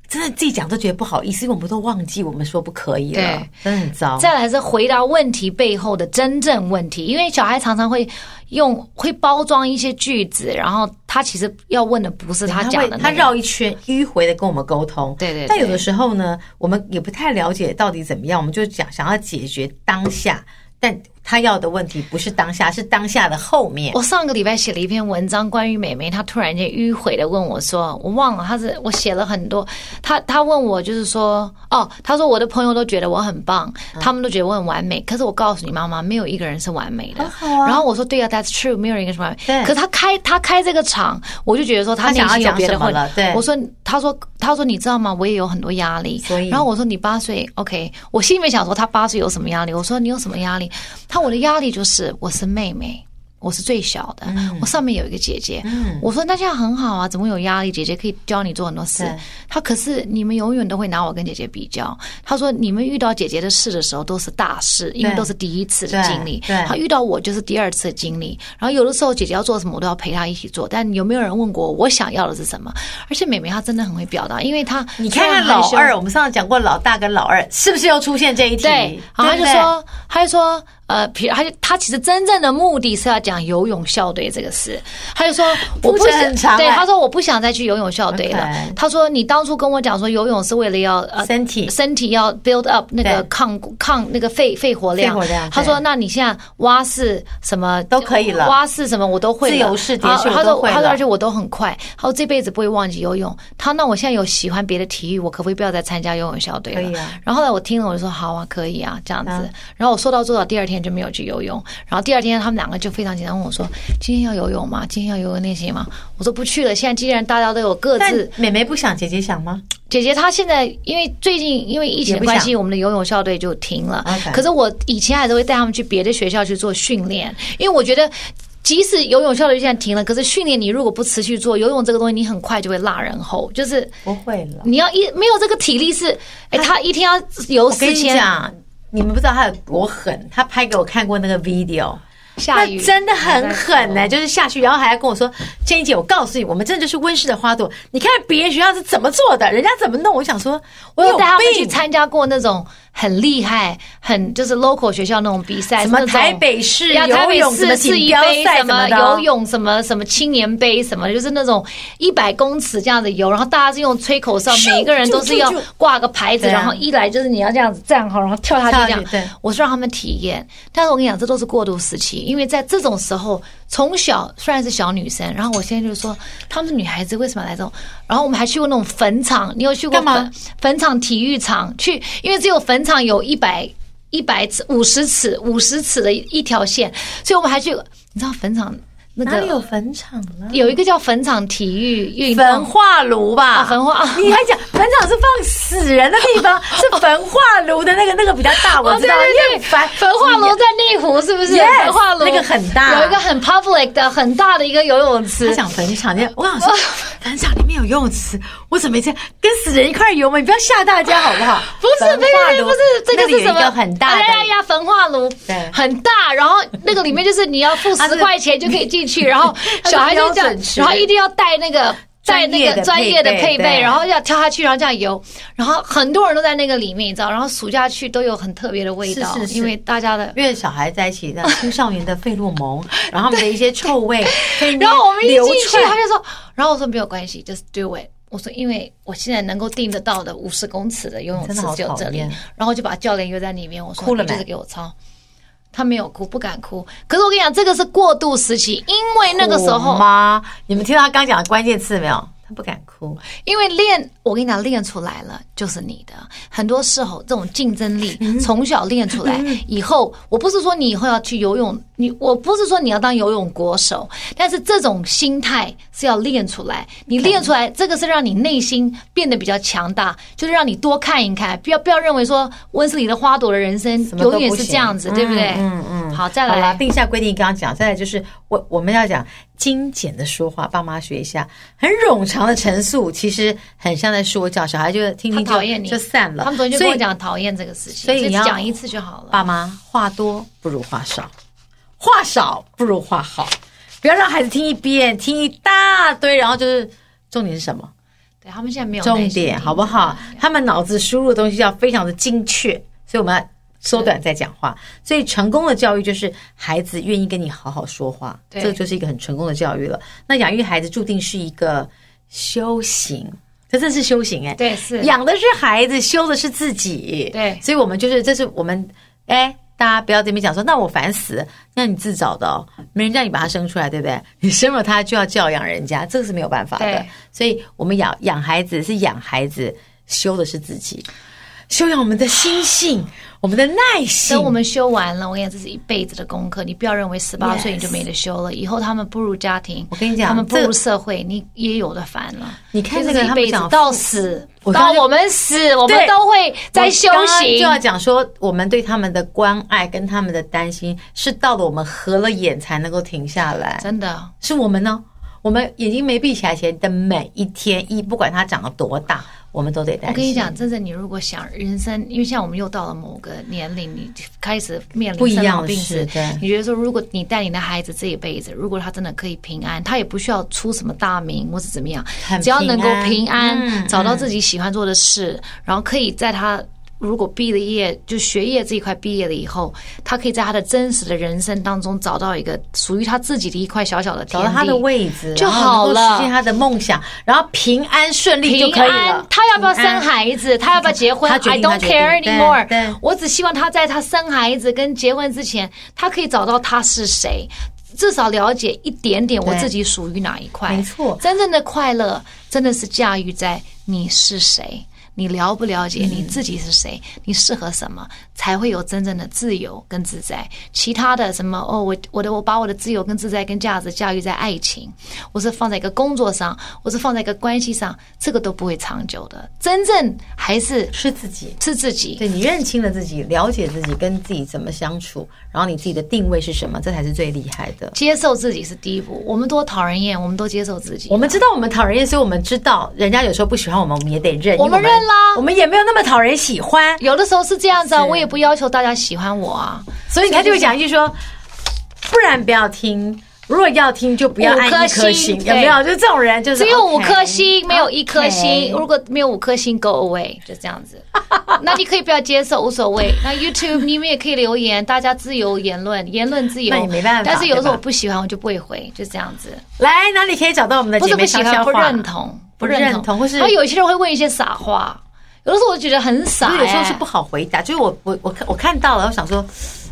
真的自己讲都觉得不好意思，因为我们都忘记我们说不可以了
对，
真的很糟。
再来是回答问题背后的真正问题，因为小孩常常会用会包装一些句子，然后他其实要问的不是他
他
讲
会
的、那
他
个
绕一圈迂回的跟我们沟通，
对对对
但有的时候呢，我们也不太了解到底怎么样，我们就讲想要解决当下，但他要的问题不是当下，是当下的后面。
我上个礼拜写了一篇文章，关于美眉，她突然间迂回的问我说，我忘了，她是我写了很多，她她问我就是说，哦，她说我的朋友都觉得我很棒，他们都觉得我很完美，可是我告诉你妈妈，没有一个人是完美的。
嗯好啊
然后我说对啊，That's true，没有人一个是完美。
对
可是她开她开这个场，我就觉得说她
她
内
想
心
要
有别的
讲什么
问
了对
我说，她说她说你知道吗？我也有很多压力。
所以
然后我说你八岁，OK，我心里面想说她八岁有什么压力？我说你有什么压力？她我的压力就是我是妹妹。我是最小的，
嗯
我上面有一个姐姐。我说那这样很好啊，怎么会有压力？姐姐可以教你做很多事
对。
她可是你们永远都会拿我跟姐姐比较。她说你们遇到姐姐的事的时候都是大事，因为
对
都是第一次的经历。
对对
她遇到我就是第二次的经历。然后有的时候姐姐要做什么，我都要陪她一起做。但有没有人问过我我想要的是什么？而且美美她真的很会表达，因为她
你看看
虽然
老
害羞
二，我们上次讲过老大跟老二，是不是又出现这一题？
对，然后他
对不
就
对
说，他就说，呃，比他就他其实真正的目的是要讲游泳校队这个事，他 就说我不
铺陈很
想，
长
对，
哎
他说我不想再去游泳校队了
OK。
他说你当初跟我讲说游泳是为了要呃
身体
身体要 build up 那个
对
抗抗那个肺肺活量
肺活量。
他
对
说那你现在蛙式什么
都可以了
蛙式什么我都会了，
自由式蝶
啊
式我
他
都
说
会
他说
了
而且我都很快，他说这辈子不会忘记游泳。他那我现在有喜欢别的体育，我可不可以不要再参加游泳校队了？
可以啊嗯
然后后来我听了，我就说好啊，可以啊，这样子。然后我说到做到，第二天天就没有去游泳。然后第二天他们两个就非常紧张，问我说：“今天要游泳吗？今天要游泳练习吗？”我说：“不去了。现在既然大家都有各
但
自，
妹妹不想，姐姐想吗？
姐姐她现在因为最近因为疫情的关系，我们的游泳校队就停了
OK。
可是我以前还是会带他们去别的学校去做训练，因为我觉得。即使游泳校队现在停了，可是训练你如果不持续做，游泳这个东西你很快就会落人后，就是
不会了。
你要一没有这个体力是，哎，他一天要游
我跟
四
你
千，
讲，你们不知道他有多狠，他拍给我看过那个 video。
下雨
那真的很狠呢、
哎。
就是下去，然后还要跟我说：“建英姐，我告诉你，我们真的就是温室的花朵。你看别人学校是怎么做的，人家怎么弄。”我想说，我
我有
有
带他们去
病，
参加过那种很厉害、很就是 local 学校那种比赛，
什么
那种
台北市
呀，台
游
北
泳什么
市市
锦
一
标
杯
赛
什么
的
游。泳什么什么青年杯什么，就是那种一百公尺这样子游，然后大家是用吹口哨，
咻
每一个人都是要
咻咻咻
挂个牌子，
对啊
然后一来就是你要这样子站好，然后跳下去这样
跳下去对。
我是让他们体验，但是我跟你讲，这都是过渡时期，因为在这种时候，从小虽然是小女生，然后我现在就是说，她们是女孩子为什么要来这种？然后我们还去过那种坟场，你有去过
干嘛
坟坟场体育场去？因为只有坟场有一百一百尺、五十尺、五十尺的一条线，所以我们还去，你知道坟场那
哪里
个
有坟场啊了？
有一个叫坟场体育运
焚
动。
化炉吧，
啊焚化
你还 讲坟场是放死人的地方，是焚化炉的那个那个比较大，我
哦，
知
对
道，因
对
为
对，
烦
焚化炉在内湖是不是？
Yes，
焚化炉
那个很大
有一个很 public 的很大的一个游泳池
他。讲坟场，你我想说，坟场里面有游泳池，我怎么没这样跟死人一块游嘛？你不要吓大家好不好？
不是，
焚
对
化
对对，
炉
不是这
那
个
里有
是什
一
么？
很大的
哎呀呀，焚化炉，
对
很大。然后那个里面就是你要付
它是
十块钱就可以进去，然 后小孩就这
标
样
准，池
然后一定要带那个。带
专
那
业的
个专业的
配备
配备，
对
然后要跳下去，然后这样游，然后很多人都在那个里面，你知道，然后暑假去都有很特别的味道，
是是是
因为大家的。
因为小孩在一起，那青少年的费洛蒙，然后他们的一些臭味，会
然后我们一
流
进去，
窜
他就说，然后我说没有关系，just do it。我说，因为我现在能够订得到的五十公尺的游泳
真
池
的好
只有这
讨
里
厌，
然后我就把教练约在里面，我说
哭了
你
没
就是给我操。他没有哭，不敢哭。可是我跟你讲，这个是过渡时期，因为那个时
哭
候，
吗？你们听到他刚讲的关键词没有？他不敢哭，
因为练，我跟你讲，练出来了就是你的。很多时候，这种竞争力
嗯
从小练出来以后，我不是说你以后要去游泳，你我不是说你要当游泳国手，但是这种心态是要练出来。你练出来，这个是让你内心变得比较强大，就是让你多看一看，不要不要认为说温室里的花朵的人生
么都
永远
不
是这
行
样子，对不对？嗯嗯。好，再
好啦，
来。
定下规定刚刚讲，再来就是我我们要讲精简的说话，爸妈学一下。很冗长的陈述，其实很像在说教，小孩就听
他
听
讨厌
就
你，
就散了。
他们昨天就
所
跟
以
我讲讨厌这个事情，
所以你要
讲一次就好了。
爸妈话多不如话少，话少不如话好，不要让孩子听一遍，听一大堆，然后就是重点是什么？
对他们现在没有
重
耐心
点
听
好不好？他们脑子输入的东西要非常的精确，所以我们要缩短再讲话。所以成功的教育就是孩子愿意跟你好好说话，
对
这就是一个很成功的教育了。那养育孩子注定是一个修行，这真是修行哎、
对是
养的是孩子，修的是自己。
对
所以我们就是，这是我们，哎，大家不要这边讲说，那我烦死，那你自找的哦，没人叫你把他生出来，对不对？你生了他就要教养人家，这个是没有办法的
对。
所以我们养养孩子是养孩子，修的是自己，修养我们的心性，我们的耐性。
等我们修完了，我跟你讲，这是一辈子的功课。你不要认为十八
Yes
岁你就没得修了，以后他们步入家庭，
我跟你讲
他们步
这
入
个
社会，你也有的烦了。
你看那
这
个
是一
他们
辈子
讲
到死，
我刚
到
刚就
我们死，我们
对
都会在修
我刚刚就
行。
要讲说，我们对他们的关爱跟他们的担心，是到了我们合了眼才能够停下来。
真的，
是我们呢，我们眼睛没闭起来前的每一天，一不管它长得多大，我们都得担心。
我跟你，讲，真的，你如果想人生，因为像我们又到了某个年龄，你开始面
不
临
一
生老
样的
病
是
死，
对。
你觉得说，如果你带你的孩子这一辈子，如果他真的可以平安，他也不需要出什么大名或是怎么样
很，
只要能够
平
平
安
安，
嗯
找到自己喜欢做的事，然后可以在他。如果毕了业，就学业这一块毕业了以后，他可以在他的真实的人生当中找到一个属于他自己的一块小小的
找
天
到
地，
他的位置
就
然后能够
好了
实现他的梦想，然后平安顺利就
平
可以
安
了。。
他要不要
平
生
安
孩子？他要不要结婚
他决
？I
定
don't
他决定
care
对
anymore
对。
我只希望他在他生孩子跟结婚之前，他可以找到他是谁，至少了解一点点我
对
自己属于哪一块。
没错
真正的快乐真的是驾驭在你是谁。你了不
嗯
了解你自己是谁，你适合什么，才会有真正的自由跟自在。其他的什么哦，我我的我把我的自由跟自在跟价值驾驭在爱情，我是放在一个工作上，我是放在一个关系上，这个都不会长久的。真正还是
是自己。
是自己。
对你认清了自己，了解自己，跟自己怎么相处，然后你自己的定位是什么，这才是最厉害的。
接受自己是第一步，我们多讨人厌，我们多接受自己。 啊
我们知道我们讨人厌，所以我们知道人家有时候不喜欢我们，我们也得认。
我们
因为
认啦
我们也没有那么讨人喜欢，
有的时候是这样子啊，
是
我也不要求大家喜欢我啊。
所以他就会讲一句说：“不然不要听，如果要听就不要按一
五颗
颗
星
星，有没
对
有？就这种人就是
只有
OK
五颗星，没有一颗星。
OK
如果没有五颗星，go away，就这样子。那你可以不要接受，无所谓。那 YouTube 你们也可以留言，大家自由言论，言论自由。
那也没办法
但是有时
对
候
吧
我不喜欢，我就不会回，就这样子。
来哪里可以找到我们的
不
姐
是
妹
不喜
悄
欢，
悄
不
话？
认同，
不认同或是
他有些人会问一些傻话，有的时候我觉得很傻、
所以有时候是
哎
不好回答。就是我我我看我看到了，我想说，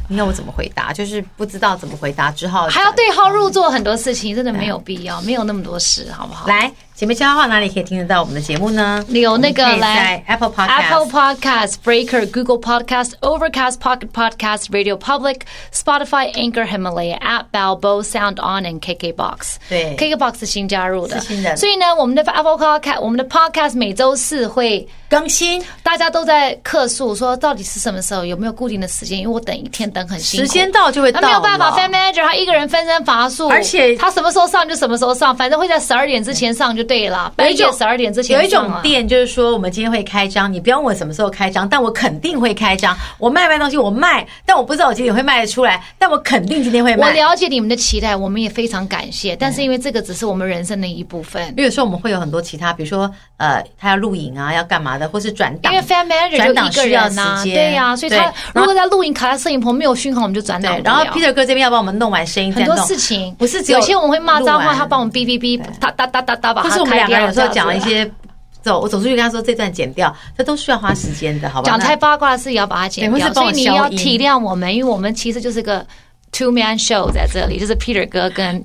你要我怎么回答？就是不知道怎么回答，只好
哎还要对号入座，很多事情真的没有必要，没有那么多事，好不好？
来姐妹悄悄话哪里可以听得到我们的节目呢？
有那个
我们可以
来
在 Apple Podcast。
Apple Podcast、Breaker、Google Podcast、Overcast、Pocket Podcast、Radio Public、Spotify、Anchor、Himalaya App、Balbo、Sound On 和 KKBox。
对
，KKBox 是新加入的，
是新的
所以呢，我们的 Apple Podcast、我们的 Podcast 每周四会。
更新
大家都在客诉说到底是什么时候，有没有固定的时间？因为我等一天等很辛苦，
时间到就会到
啊那没有办法
了
，Fan Manager 他一个人分身乏术，
而且
他什么时候上就什么时候上，反正会在十二点之前上就对了，半夜十二点之前
有一
上
种
啊。
店就是说，我们今天会开张，你不要问我什么时候开张，但我肯定会开张。我卖卖东西，我卖，但我不知道我几点会卖得出来，但我肯定今天会
我
卖。
了解你们的期待，我们也非常感谢，
嗯
但是因为这个只是我们人生的一部分，
因为有时候我们会有很多其他，比如说呃，他要录影啊，要干嘛的，或是转嗯
因
档
为。Fan Manager
转
就一
档
个
需要
人呐、
时间
对呀、所以他
对
如果在录影卡在摄影棚没有讯号，我们就转档
对，
不
然后
了
Peter 哥这边要帮我们弄完声音，
很
再
多
弄
事情
不是只有
有些我们会骂脏
录
话，
完
他帮我们哔哔哔，哒哒哒哒哒把
或是
它
我们
开
两个
掉。
人有时候讲了一
这样子
些，走，我总是会跟他说这段剪掉，这都需要花时间的，好吧？
讲
那
太八卦的事也要把它剪
对或
掉，
是帮
所以
我
你要
消音
体谅我们，因为我们其实就是个 two man show 在这里，就是 Peter 哥跟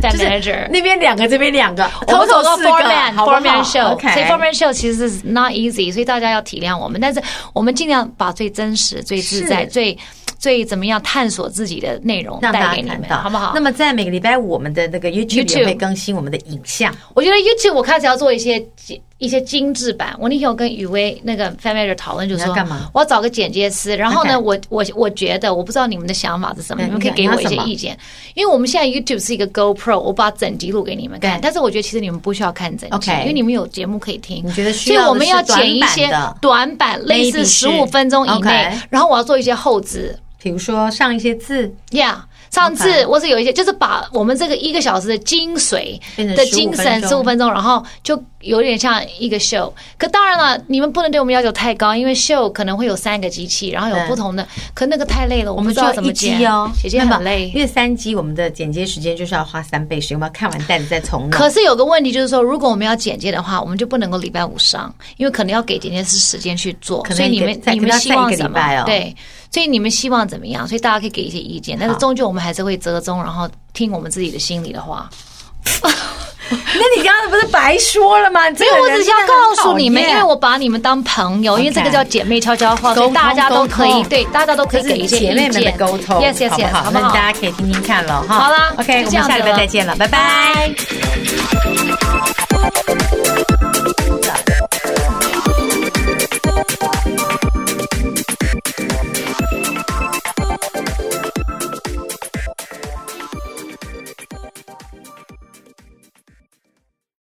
Fan
就是
Manager。
那边两个，这边两个，
我们
头
走到
头四个
four man
好不
four
好
man show，
OK
所以 four man show 其实是 not easy，所以大家要体谅我们，但是我们尽量把最真实、最自在、
是
最最怎么样探索自己的内容
让大
带
家
给你
看
们，
到，
好不好？
那么在每个礼拜五，我们的那个 YouTube
YouTube
也会更新我们的影像，
我觉得 YouTube 我开始要做一些精一些精致版。我那天有跟雨薇那个 fan manager 讨论，就
你
说
要干嘛
我要找个剪接师。然后呢，
OK
我我我觉得我不知道你们的想法是什么，
对
你们可以
你
给
想
我一些
你要什么
意见。因为我们现在 YouTube 是一个 GoPro，我把整集录给你们看
对，
但是我觉得其实你们不需要看整集
OK，
因为你们有节目可以听。
你觉得需
所以
要
我们要
的是
剪一
短版
些
的
短版，类似
Maybe 是
十五分钟以内
OK，
然后我要做一些后置。
比如说上一些字，
Yeah，上次
OK
我是有一些，就是把我们这个一个小时的精髓
变成
的
15
精神
分钟
十五分钟，然后就有点像一个 show。可当然了，你们不能对我们要求太高，因为 show 可能会有三个机器，然后有
对
不同的，可那个太累了，
我
我不
们
知
就
道
要
怎
一
么剪
集哦，，
姐姐
那么
很累
因。为三集我们的剪接时间就是要花三倍时间，我们要看完袋子再重弄。
可是有个问题就是说，如果我们要剪接的话，我们就不能够礼拜五上，因为可能要给剪接师时间去做。
可能
所以你
一
们
个再
你
给
们
他
希望
再一个
怎
礼
么
拜？哦
对，所以你们希望怎么样？所以大家可以给一些意见，但是终究我们还是会折中，然后听我们自己的心里的话。
那你刚刚不是白说了吗？没
没有，我只是要告诉你们，因为我把你们当朋友，因为
OK
这个叫姐妹悄悄话，
沟
所以
通
大家都可
沟
以
通
对，大家都可
这
以给
是
一些
姐妹
意
们的
见
沟通
yes yes
好不
yes，
好？
不
那
好？
大家可以听听看了哈。
好啦
，OK，
就
我
这
们
样子
下礼拜
了
再见了，拜拜。
拜。